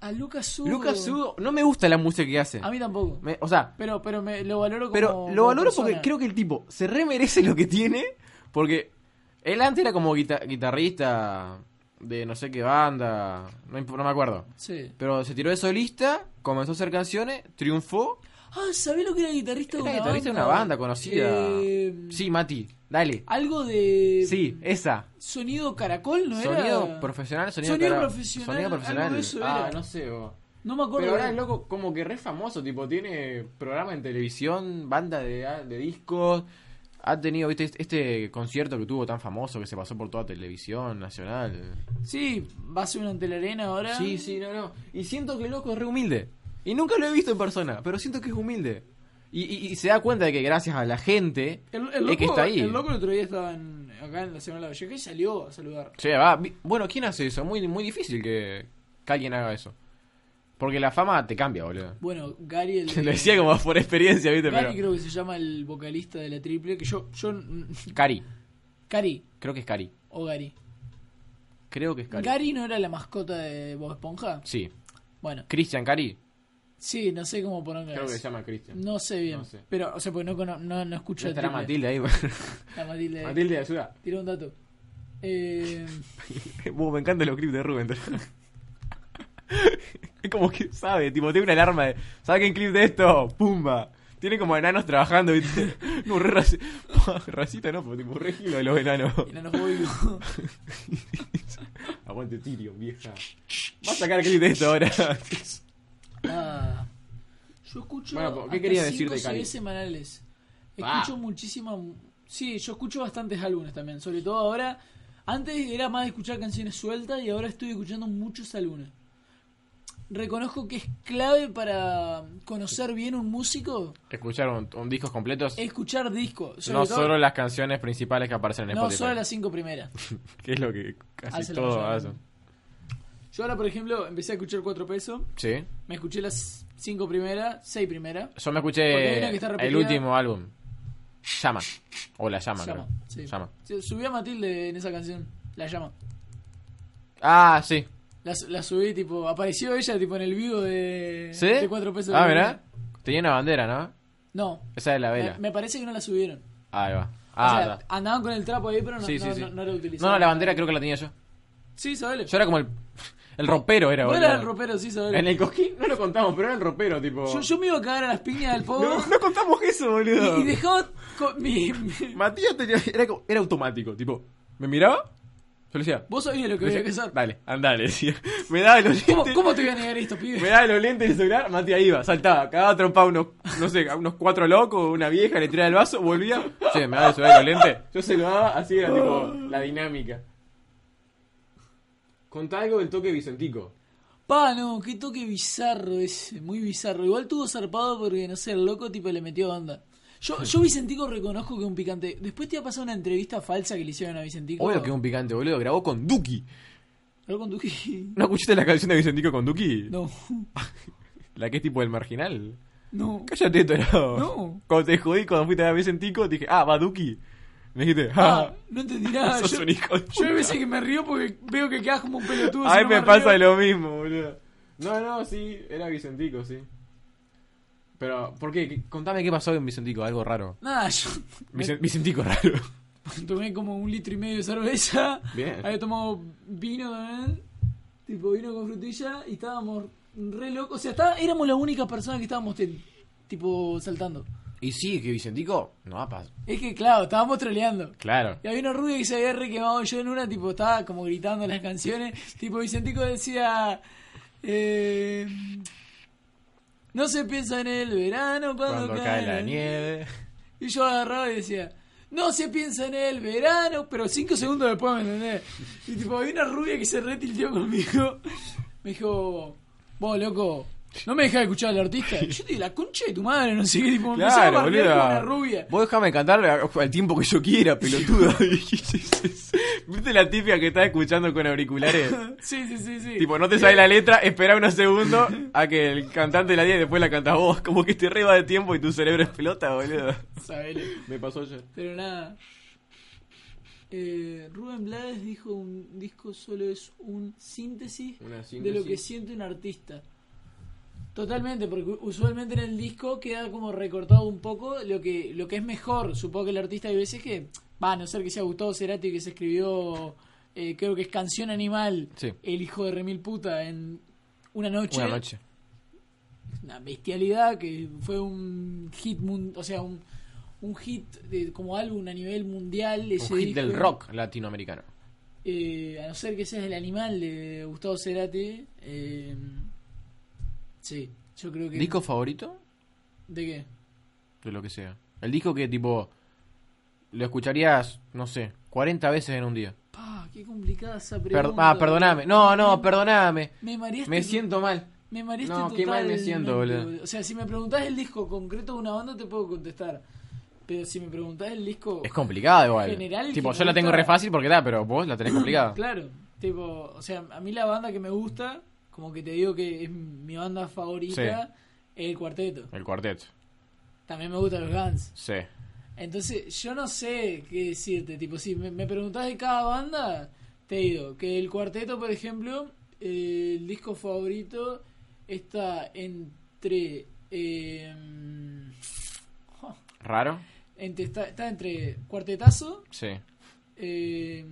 A Lucas Hugo.
Lucas Hugo, no me gusta la música que hace.
A mí tampoco.
Me- o sea,
Pero, pero me, lo valoro como.
pero lo valoro porque creo
que.
que el tipo se remerece lo que tiene. Porque él antes era como guita- guitarrista de no sé qué banda. No, imp- no me acuerdo.
Sí.
Pero se tiró de solista, comenzó a hacer canciones, triunfó.
Ah, ¿sabés lo que era guitarrista de
Era
una
guitarrista de
banda?
una banda conocida.
Eh,
Sí, Mati, dale.
Algo de.
Sí, esa.
Sonido caracol, ¿no era?
Sonido profesional, sonido,
Sonido
cara-
profesional,
Sonido profesional.
algo de eso
ah,
era.
no sé. vos.
No me acuerdo.
Pero ahora es loco, como que re famoso, tipo, tiene programa en televisión, banda de, de discos. Ha tenido, viste, este concierto que tuvo tan famoso que se pasó por toda televisión nacional.
Sí, va a ser una ante la arena ahora.
Sí, sí, no, no. Y siento que loco es re humilde. Y nunca lo he visto en persona, pero siento que es humilde. Y, y- y se da cuenta de que gracias a la gente
El, el loco,
es que está ahí.
El loco el otro día estaba en- acá en la Semana de la Valleja y salió a saludar.
Sí, va. Vi- Bueno, ¿quién hace eso? Muy, muy difícil que, que alguien haga eso. Porque la fama te cambia, boludo.
Bueno, Gary el.
Lo decía como por experiencia, viste,
Gary
pero...
creo que se llama el vocalista de la triple, que yo, yo
Cari.
Cari
Creo que es Cari.
o Gary.
Creo que es Cari.
Gary no era la mascota de Bob Esponja.
Sí.
Bueno,
Cristian Cari.
sí, no sé cómo ponerlo.
Creo que se llama Cristian.
No sé bien,
No sé.
pero o sea, porque no cono- no, no escucho la
No estará
triple.
Matilde ahí.
La Matilde.
Matilde, ayuda.
Tira un dato. Eh,
Vos, me encantan los clips de Rubén. es como que sabe, tipo, tiene una alarma de. Saquen clip de esto, pumba. Tiene como enanos trabajando, viste. No, re raci- racista, no, pero tipo, re gilo de los enanos.
enanofóbico.
Aguante tirio, vieja. Va a sacar clip de esto ahora.
Ah, yo escucho.
Bueno, ¿qué
hasta
quería
cinco
decir de
o seis
Cali?
semanales.
Pa.
Escucho muchísima. Sí, yo escucho bastantes álbumes también. Sobre todo ahora. Antes era más de escuchar canciones sueltas y ahora estoy escuchando muchos álbumes. Reconozco que es clave para conocer bien un músico
¿Escucharon discos completos?
escuchar discos. sobre
No
todo-
solo las canciones principales que aparecen en
no
Spotify.
solo las cinco primeras.
Que es lo que casi
Hace la
todo
mayoría.
hacen.
Yo ahora, por ejemplo, empecé a escuchar cuatro pesos.
Sí.
Me escuché las cinco primeras, seis primeras.
Yo me
Porque hay una
escuché
que está repetida.
el último álbum. Llama. O la llama,
Llama,
creo.
sí.
Llama.
Sí, Subí a Matilde en esa canción. La llama.
Ah, sí.
La, su- la subí, tipo, apareció ella, tipo, en el vivo de,
¿Sí?
de cuatro pesos.
Ah,
de
mirá.
Vela.
Tenía una bandera, ¿no?
No,
Esa es la vela.
me, me parece que no la subieron.
Ahí va. Ah,
o sea,
va.
andaban con el trapo ahí, pero no,
sí, sí,
no,
sí.
no- no la
No,
utilizaron.
no, la bandera creo que la tenía yo.
Sí, sabele.
Yo era como el. El ropero era,
Vos
boludo.
eras el ropero, sí, sabele.
En el coquín no lo contamos, pero era el ropero, tipo.
Yo, yo me iba a cagar a las piñas del pobre
No, no contamos eso, boludo.
y, y dejaba con- mi- mi-
Matías tenía- era, como- era automático, tipo. ¿Me miraba? Yo le decía.
Vos sabías lo que
me
había
decía,
que hacer.
Dale, andale, decía. Me daba los
¿Cómo,
lentes.
cómo te voy a negar esto, pibe?
Me daba los lentes del celular, Matías iba, saltaba, cagaba trompa a unos, no sé, a unos cuatro locos, una vieja, le tiraba el vaso, volvía. Che, me daba el celular y los lentes. Yo se lo daba, así era tipo la dinámica. Contá algo del toque Vicentico.
Pa, no, qué toque bizarro ese, muy bizarro. Igual tuvo zarpado porque, no sé, el loco tipo le metió onda. Yo, yo Vicentico reconozco que es un picante. Después te iba a pasar una entrevista falsa que le hicieron a Vicentico.
Obvio que es un picante, boludo, grabó con Duki.
Lo conduje.
¿No escuchaste la canción de Vicentico con Duki?
No.
La que es tipo el marginal.
No.
Cállate, torado.
No.
Cuando te jodí, cuando fuiste a la vez en Tico, dije, ah, Baduki. Me dijiste,
Ah,
ah.
no entendí nada.
Sos
yo,
un hijo
yo
de puta.
hay veces que me río porque veo que quedas como un pelotudo.
A
si
mí
no
me pasa
río.
lo mismo, boludo. No, no, sí, era Vicentico, sí. Pero, ¿por qué? ¿Qué- Contame qué pasó en Vicentico, algo raro.
Nada, yo
Vicen- Vicentico raro.
Pues, tomé como un litro y medio de cerveza.
Bien.
Había tomado vino también. Tipo vino con frutilla y estábamos re locos. O sea, está- éramos las únicas personas que estábamos te- tipo saltando.
Y sí, que Vicentico no ha pasado.
Es que claro, estábamos troleando.
Claro.
Y había una rubia que se había re quemado. Yo en una, tipo, estaba como gritando las canciones. Tipo, Vicentico decía. eh, no se piensa en el verano cuando,
Cuando cae la nieve.
Y yo agarraba y decía. No se piensa en el verano, pero cinco segundos después me entendés. Y tipo, había una rubia que se retilteó conmigo. Me dijo, vos loco, no me dejás de escuchar al artista. Y yo te la concha de tu madre, no sé qué, tipo, me empezaba
Claro,
a bardear con una
boludo.
rubia.
Vos dejame cantar a- al tiempo que yo quiera, pelotudo. ¿Viste la típica que está escuchando con auriculares?
Sí, sí, sí, sí.
Tipo, no te sale la letra, espera unos segundos a que el cantante la diga y después la cantas vos. Como que te reba de tiempo y tu cerebro explota, boludo.
Sabelo.
Me pasó ayer.
Pero nada. Eh, Rubén Blades dijo un disco solo es un síntesis,
Una
de lo
síntesis.
que siente un artista. Totalmente, porque usualmente en el disco queda como recortado un poco lo que lo que es mejor. Supongo que el artista hay veces que, va, a no ser que sea Gustavo Cerati que se escribió, eh, creo que es Canción Animal,
Sí.
El hijo de Remil Puta, en una noche
Una noche.
una bestialidad que fue un hit mun- o sea un, un hit de- como álbum a nivel mundial ese
Un hit del
disco.
rock latinoamericano.
Eh, a no ser que seas el animal de Gustavo Cerati eh, sí yo creo que
¿Disco favorito?
de qué
De lo que sea. El disco que, tipo, lo escucharías, no sé, 40 veces en un día.
pa qué complicada esa
Per-
pregunta
ah, perdoname. No, no, perdoname.
me mareaste
Me siento mal.
me mareaste
No, qué mal me siento,
totalmente,
boludo.
o sea si me preguntás el disco concreto de una banda te puedo contestar pero si me preguntás el disco
Es complicado igual.
General,
tipo,
que
yo la tengo re
gusta-
fácil porque da, pero vos la tenés complicada.
Claro, tipo, o sea, a mí la banda que me gusta, como que te digo que es mi banda favorita, es el cuarteto.
El cuarteto.
También me gustan los Guns.
Sí.
Entonces, yo no sé qué decirte, tipo, si me, me preguntás de cada banda, te digo que el cuarteto, por ejemplo, eh, el disco favorito está entre... eh,
¿Raro?
entre está, está entre cuartetazo,
Sí.
Eh,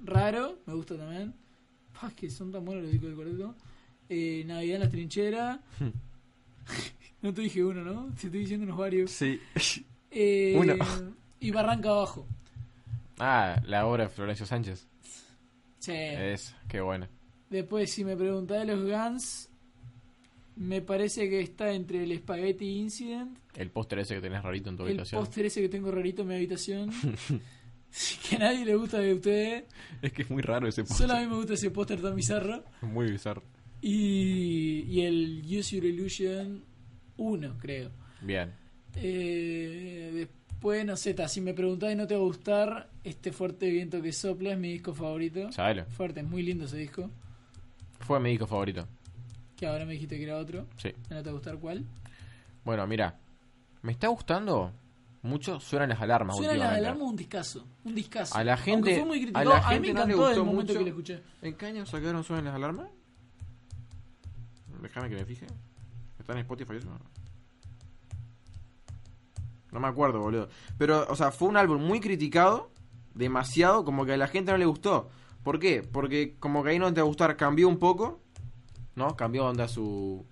raro, me gusta también. Pa, que son tan buenos los discos de Cuarteto. Eh, Navidad en las trincheras.
Hmm.
no te dije uno, ¿no? Te estoy diciendo unos varios.
Sí.
Eh,
Uno.
Y Barranca Abajo.
Ah, la obra de Florencio Sánchez.
Sí.
Es, qué bueno.
Después, si me preguntás de los Guns, me parece que está entre el Spaghetti Incident,
El póster ese que tenés rarito en tu
el
habitación.
póster ese que tengo rarito en mi habitación, que a nadie le gusta de ustedes.
Es que es muy raro ese póster.
Solo a mí me gusta ese póster tan bizarro.
Muy bizarro.
Y, y el Use Your Illusion 1, creo.
Bien.
Eh, después, no sé, ta, si me preguntás y no te va a gustar, este fuerte viento que sopla es mi disco favorito.
Sabelo.
Fuerte, es muy lindo ese disco.
Fue mi disco favorito.
Que ahora me dijiste que era otro.
Sí.
No te va a gustar cuál.
Bueno, mira. Me está gustando mucho. Suenan las alarmas
Suena la
últimamente.
alarma un discazo. Un discazo.
A la gente-
Aunque fue muy criticado,
a la
a, mí me
gente no le
encantó el
gustó
momento
mucho.
que lo escuché.
¿En qué año sacaron Suenan las alarmas? Déjame que me fije. ¿Está en Spotify eso? No me acuerdo, boludo. Pero, o sea, fue un álbum muy criticado. Demasiado. Como que a la gente no le gustó. ¿Por qué? Porque como que ahí no te va a gustar. Cambió un poco. ¿No? Cambió onda su,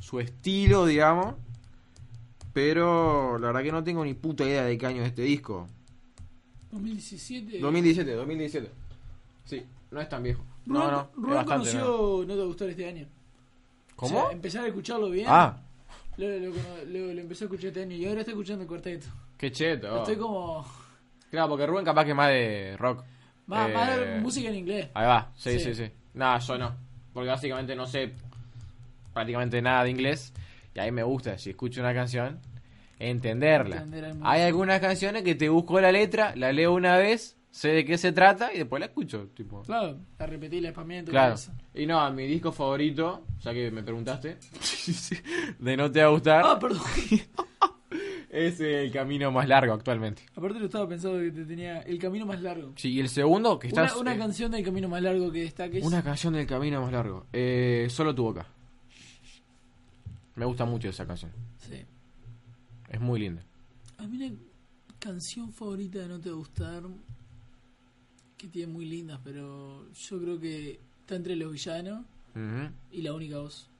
su estilo, digamos. Pero la verdad que no tengo ni puta idea de qué año es este disco.
2017.
2017, 2017. Sí, no es tan viejo.
Rubén,
no, no, es
Rubén
bastante
conoció
nuevo.
No te va a gustar este año. O sea,
¿Cómo?
empezar a escucharlo bien.
ah,
Lo, lo, lo- lo- lo empezó a escuchar este año y ahora está escuchando el cuarteto.
qué cheto.
Estoy como.
Claro, porque Rubén capaz que es más de rock.
Más,
Eh,
más música en inglés.
Ahí va, sí,
Sí.
sí, sí. Nada, yo no. Porque básicamente no sé prácticamente nada de inglés. Y ahí me gusta, si escucho una canción, entenderla.
Entender al mundo.
Hay algunas canciones que te busco la letra, la leo una vez, sé de qué se trata y después la escucho. Tipo.
Claro, la repetí, la spamé en tu
Claro.
cabeza.
Y no, mi disco favorito, ya que me preguntaste, de no te va a gustar,
Ah, perdón.
es el camino más largo actualmente.
Aparte lo estaba pensando que te tenía el camino más largo.
Sí, y el segundo que está...
Una, una canción del camino más largo que destaques.
eh, Una canción del camino más largo. Eh, solo tu boca. Me gusta mucho esa canción.
Sí.
Es muy linda.
A mí la canción favorita de No Te Va a Gustar, que tiene muy lindas, pero yo creo que está entre Los Villanos
Ujú.
y La Única Voz.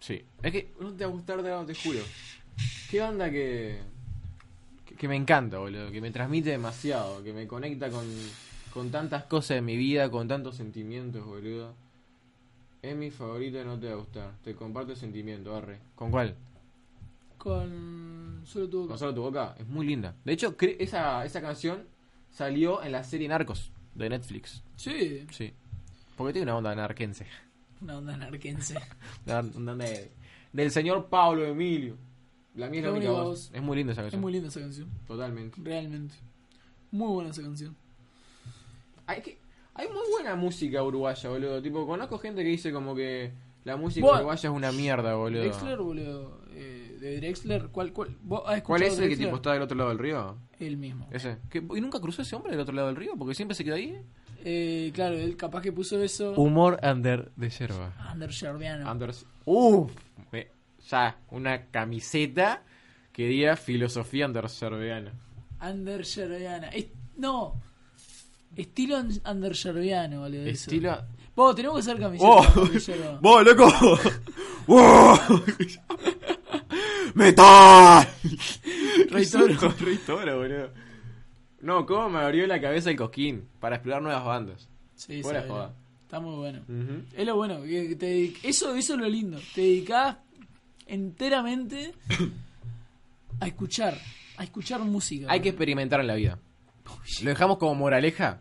Sí. Es que no te va a gustar de algo, te juro. Qué onda que... que... que me encanta, boludo. Que me transmite demasiado. Que me conecta con, con tantas cosas de mi vida, con tantos sentimientos, boludo. Es mi favorito de no te va a gustar. Te comparto el sentimiento, arre. ¿Con cuál?
Con... Solo tuvo...
Con solo tu boca. Es muy linda. De hecho, cre- esa, esa canción salió en la serie Narcos de Netflix.
Sí,
Sí. Porque tiene una onda narquense.
una onda narquense.
Una una onda de- del señor Pablo Emilio. La mía es la, única voz. Es muy linda esa
es
canción.
muy linda esa canción,
Totalmente.
realmente. Muy buena esa canción.
Hay, que, hay muy buena música uruguaya, boludo. Tipo, conozco gente que dice como que la música
Bueno.
uruguaya es una mierda, boludo.
Drexler, boludo. eh, de Drexler, ¿cuál, cuál? ¿Vos has
¿Cuál
escuchado
es el que
Drexler?
tipo está del otro lado del río?
El mismo.
Ese. ¿Qué- ¿Y nunca cruzó ese hombre del otro lado del río? Porque siempre se quedó ahí.
Eh, claro, él capaz que puso eso.
Humor under de yerba.
Ander Jardiano.
Anders. Uff. Me- Ya, una camiseta que diga filosofía anderserveana.
Ander Yerviana. Es- no. Estilo an- Ander Yerviano, boludo. eso.
Estilo.
Vos, tenemos que hacer camisetas.
¡Oh!
Ander Yerba.
¡Vos, loco! ¡Wow! ¡Metal!
Rey Toro.
Rey Toro, boludo. No, cómo me abrió la cabeza el cosquín para explorar nuevas bandas.
Sí,
Fuera
sabe.
joda.
Está muy bueno. Es lo bueno. que- que te dedic- eso, eso es lo lindo. Te dedicás enteramente a escuchar. A escuchar música.
Hay
boludo.
que experimentar en la vida. Lo dejamos como moraleja.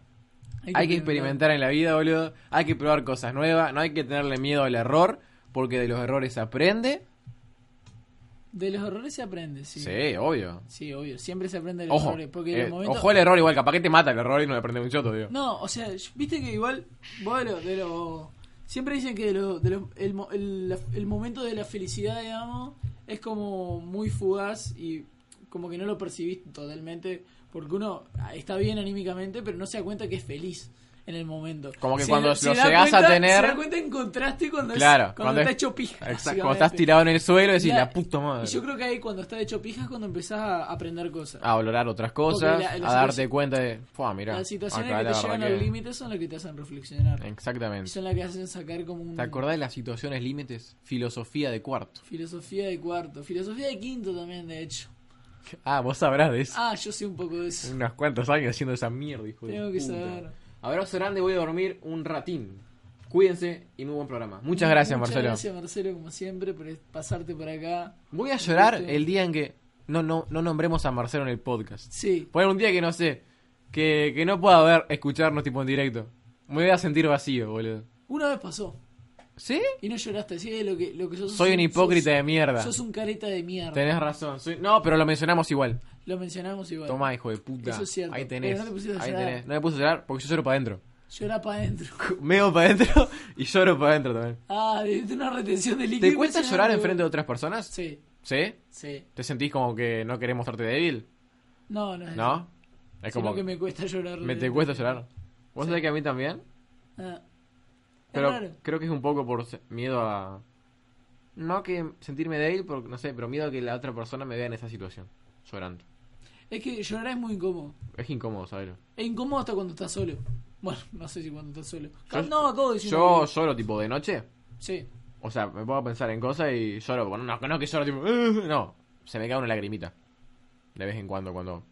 Hay
experimentar.
que, experimentar en la vida, boludo. Hay que probar cosas nuevas. No hay que tenerle miedo al error, porque de los errores se aprende.
De los errores se aprende, sí.
Sí, obvio.
Sí, obvio. Siempre se aprende de los
Ojo,
errores. Porque en el
eh,
momento...
ojo el error igual, capaz que te mata el error y no le aprende mucho, tío.
No, o sea, yo- viste que igual, bueno, de lo- siempre dicen que de lo- de lo- el, mo- el- la- el momento de la felicidad, digamos, es como muy fugaz y como que no lo percibís totalmente, porque uno ah, está bien anímicamente, pero no se da cuenta que es feliz en el momento.
Como que
Se
cuando
da-
lo
se da
llegás a
cuenta-
tener-
Se da cuenta en contraste cuando, es-
Claro,
cuando,
cuando
está
es-
hecho pija.
Exacto, cuando estás
básicamente.
tirado en el suelo decís,
La-
la, puta madre.
Y Yo creo que ahí cuando está hecho pija es cuando empezás a aprender cosas.
A valorar otras
Porque la-
cosas,
la
a darte
situación-
cuenta de, Fua, mirá.
Las situaciones
acá
que
la
te llevan
verdad
al
que-".
límite son las que te hacen reflexionar. Y
Exactamente.
Son las que hacen sacar como un...
¿Te acordás de las situaciones límites? Filosofía de cuarto.
Filosofía de cuarto. Filosofía de quinto también, de hecho.
Ah, vos sabrás de eso.
Ah, yo sé un poco de eso.
Unos cuantos años haciendo esa mierda, hijo de
Tengo que
puta.
saber.
Abrazo grande, voy a dormir un ratín. Cuídense y muy buen programa. Muchas gracias, Marcelo.
Muchas gracias, Marcelo, como siempre, por pasarte por acá.
Voy a llorar
Gusto.
el día en que no, no, no nombremos a Marcelo en el podcast.
Sí.
Poner un día que no sé, que, que no pueda ver, escucharnos tipo en directo. Me voy a sentir vacío, boludo.
Una vez pasó.
¿Sí?
Y no lloraste. Así es lo que, lo que sos.
Soy un hipócrita
sos-
de mierda.
Sos un careta de mierda.
Tenés razón. soy- No, pero lo mencionamos igual.
Lo mencionamos igual.
Tomá, hijo de puta.
Eso es cierto.
Ahí tenés.
Pero no te pusiste a
Ahí
llorar.
tenés. No me puse a llorar porque yo lloro para adentro.
Llora para adentro.
Meo para adentro y lloro para adentro también.
Ah, es una retención de líquido.
¿Te cuesta llorar
impresionante,
enfrente de
boludo.
otras personas?
Sí,
¿Sí?
sí.
¿Te sentís como que no querés mostrarte débil?
No, no es eso.
¿No? Es
Sino
como
que me cuesta llorar.
me te
de-
cuesta llorar. ¿Vos sabés que a mí también?
Ah. Es
Pero
raro.
creo que es un poco por se- miedo a... No que sentirme débil, por, no sé, pero miedo a que la otra persona me vea en esa situación, llorando.
Es que llorar es muy incómodo.
Es incómodo, saberlo.
Es incómodo hasta cuando estás solo. Bueno, no sé si cuando estás solo.
Yo-
no, acabo de decir. una
Yo
boludez.
lloro tipo de noche,
Sí.
o sea, me pongo a pensar en cosas y lloro. Bueno, no, no que lloro tipo... "Ugh", no, se me cae una lagrimita. De vez en cuando, cuando...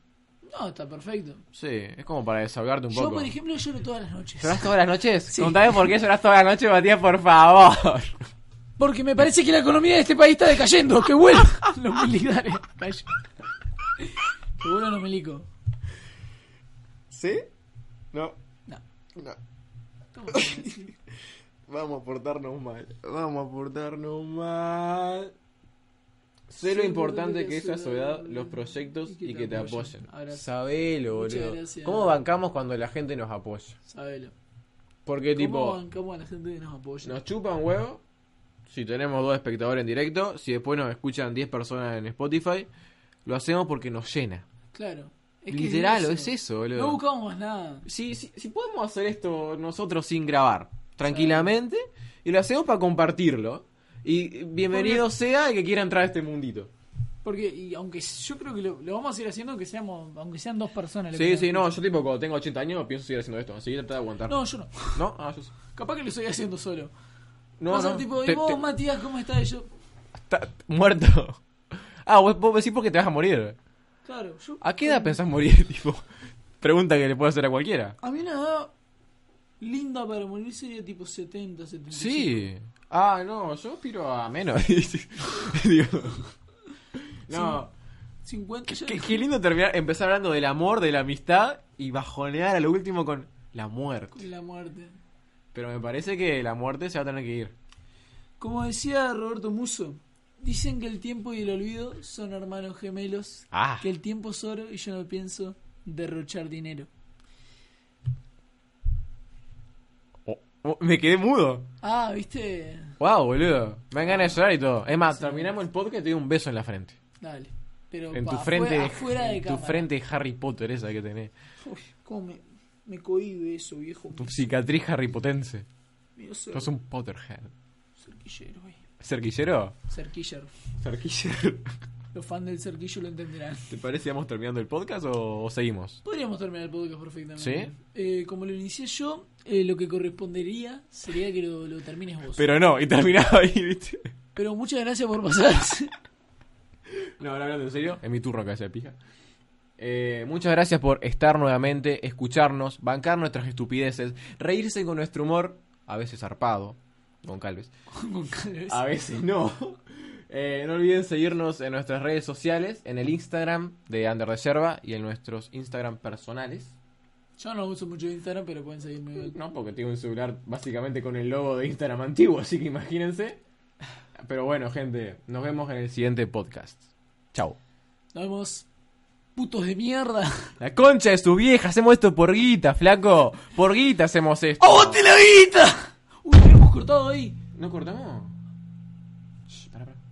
No, está perfecto.
Sí, es como para desahogarte un
Yo,
poco.
por ejemplo, lloro todas las noches.
¿Llorás todas las noches?
Sí.
Contame por qué llorás todas las noches, Matías, por favor.
Porque me parece que la economía de este país está decayendo. ¡Qué bueno! los militares. Calla. ¡Qué bueno los milicos!
¿Sí? No.
No.
No.
¿Cómo se llama así?
Vamos a portarnos mal. Vamos a portarnos mal.
Sé lo
Sí,
importante
boludo,
que es a
sí,
su edad
boludo.
los proyectos
Y
y que te apoyen.
Abrazo.
Sabelo,
Muchas
boludo.
gracias.
¿Cómo bancamos cuando la gente nos apoya?
Sabelo.
Porque,
¿Cómo
tipo,
bancamos a la gente que nos apoya?
nos chupan huevo si tenemos dos espectadores en directo, si después nos escuchan 10 personas en Spotify, lo hacemos porque nos llena.
Claro. Es que
Literal, es eso, boludo.
No buscamos más nada.
si, si, si podemos hacer esto nosotros sin grabar, tranquilamente, y lo hacemos para compartirlo. Y bienvenido sea el que quiera entrar a este mundito.
Porque, y aunque yo creo que lo, lo vamos a ir haciendo aunque seamos, aunque sean dos personas. lo que
Sí, sí,
nos
no,
escuchen.
yo tipo cuando tengo 80 años pienso seguir haciendo esto, así tratar de aguantar.
No, yo no.
no, ah, yo sí.
Capaz que lo estoy haciendo solo.
no,
Pasa
no.
tipo,
Te-
y vos,
te-
Matías, ¿cómo estás? Y yo,
está- muerto. Ah, vos, vos decís porque te vas a morir.
claro, yo.
¿A qué edad pensás morir? Tipo, pregunta que le puedo hacer a cualquiera.
A mí una edad linda para morir sería tipo 70, 75.
Sí. Ah, no, yo aspiro a menos. Digo. No.
50 ya.
Qué, qué lindo terminar, empezar hablando del amor, de la amistad y bajonear a lo último con la muerte.
Con la muerte.
Pero me parece que la muerte se va a tener que ir.
Como decía Roberto Muso, dicen que el tiempo y el olvido son hermanos gemelos.
Ah.
Que el tiempo es oro y yo no pienso derrochar dinero.
Oh, oh, me quedé mudo.
Ah, viste.
Wow, boludo. Me dan ganas de llorar y todo. Es más, terminamos el podcast y te doy un beso en la frente.
Dale. Pero
En tu
afuera-
frente, de-
afuera de
en tu
cámara.
frente de Harry Potter esa que tenés.
Uy, cómo me, me cohíbe eso, viejo.
Tu cicatriz harrypotense.
Medio cer-
Sos un Potterhead.
cerquillero, eh.
¿Cerquillero?
Cerquillero.
¿Cerquillero?
Los fans del cerquillo lo entenderán.
¿Te parece que vamos terminando el podcast o, o seguimos?
Podríamos terminar el podcast perfectamente.
¿Sí?
Eh, como lo inicié yo, eh, lo que correspondería sería que lo, lo termines vos.
Pero no, y terminaba ahí, ¿viste?
Pero muchas gracias por pasar.
No, ahora hablando en serio. Es mi turno que hace pija. Eh, muchas gracias por estar nuevamente, escucharnos, bancar nuestras estupideces, reírse con nuestro humor, a veces zarpado, con calves.
Con calves.
A veces no. Eh, no olviden seguirnos en nuestras redes sociales, en el Instagram de Under Reserva y en nuestros Instagram personales.
Yo no uso mucho Instagram, pero pueden seguirme igual.
No, porque tengo un celular básicamente con el logo de Instagram antiguo, así que imagínense. Pero bueno, gente, nos vemos en el siguiente podcast. Chao.
Nos vemos. Putos de mierda.
La concha de su vieja, hacemos esto por guita, flaco. Por guita hacemos esto.
¡Agote la guita! Uy, lo hemos cortado ahí.
¿No cortamos? Shh, pará, pará.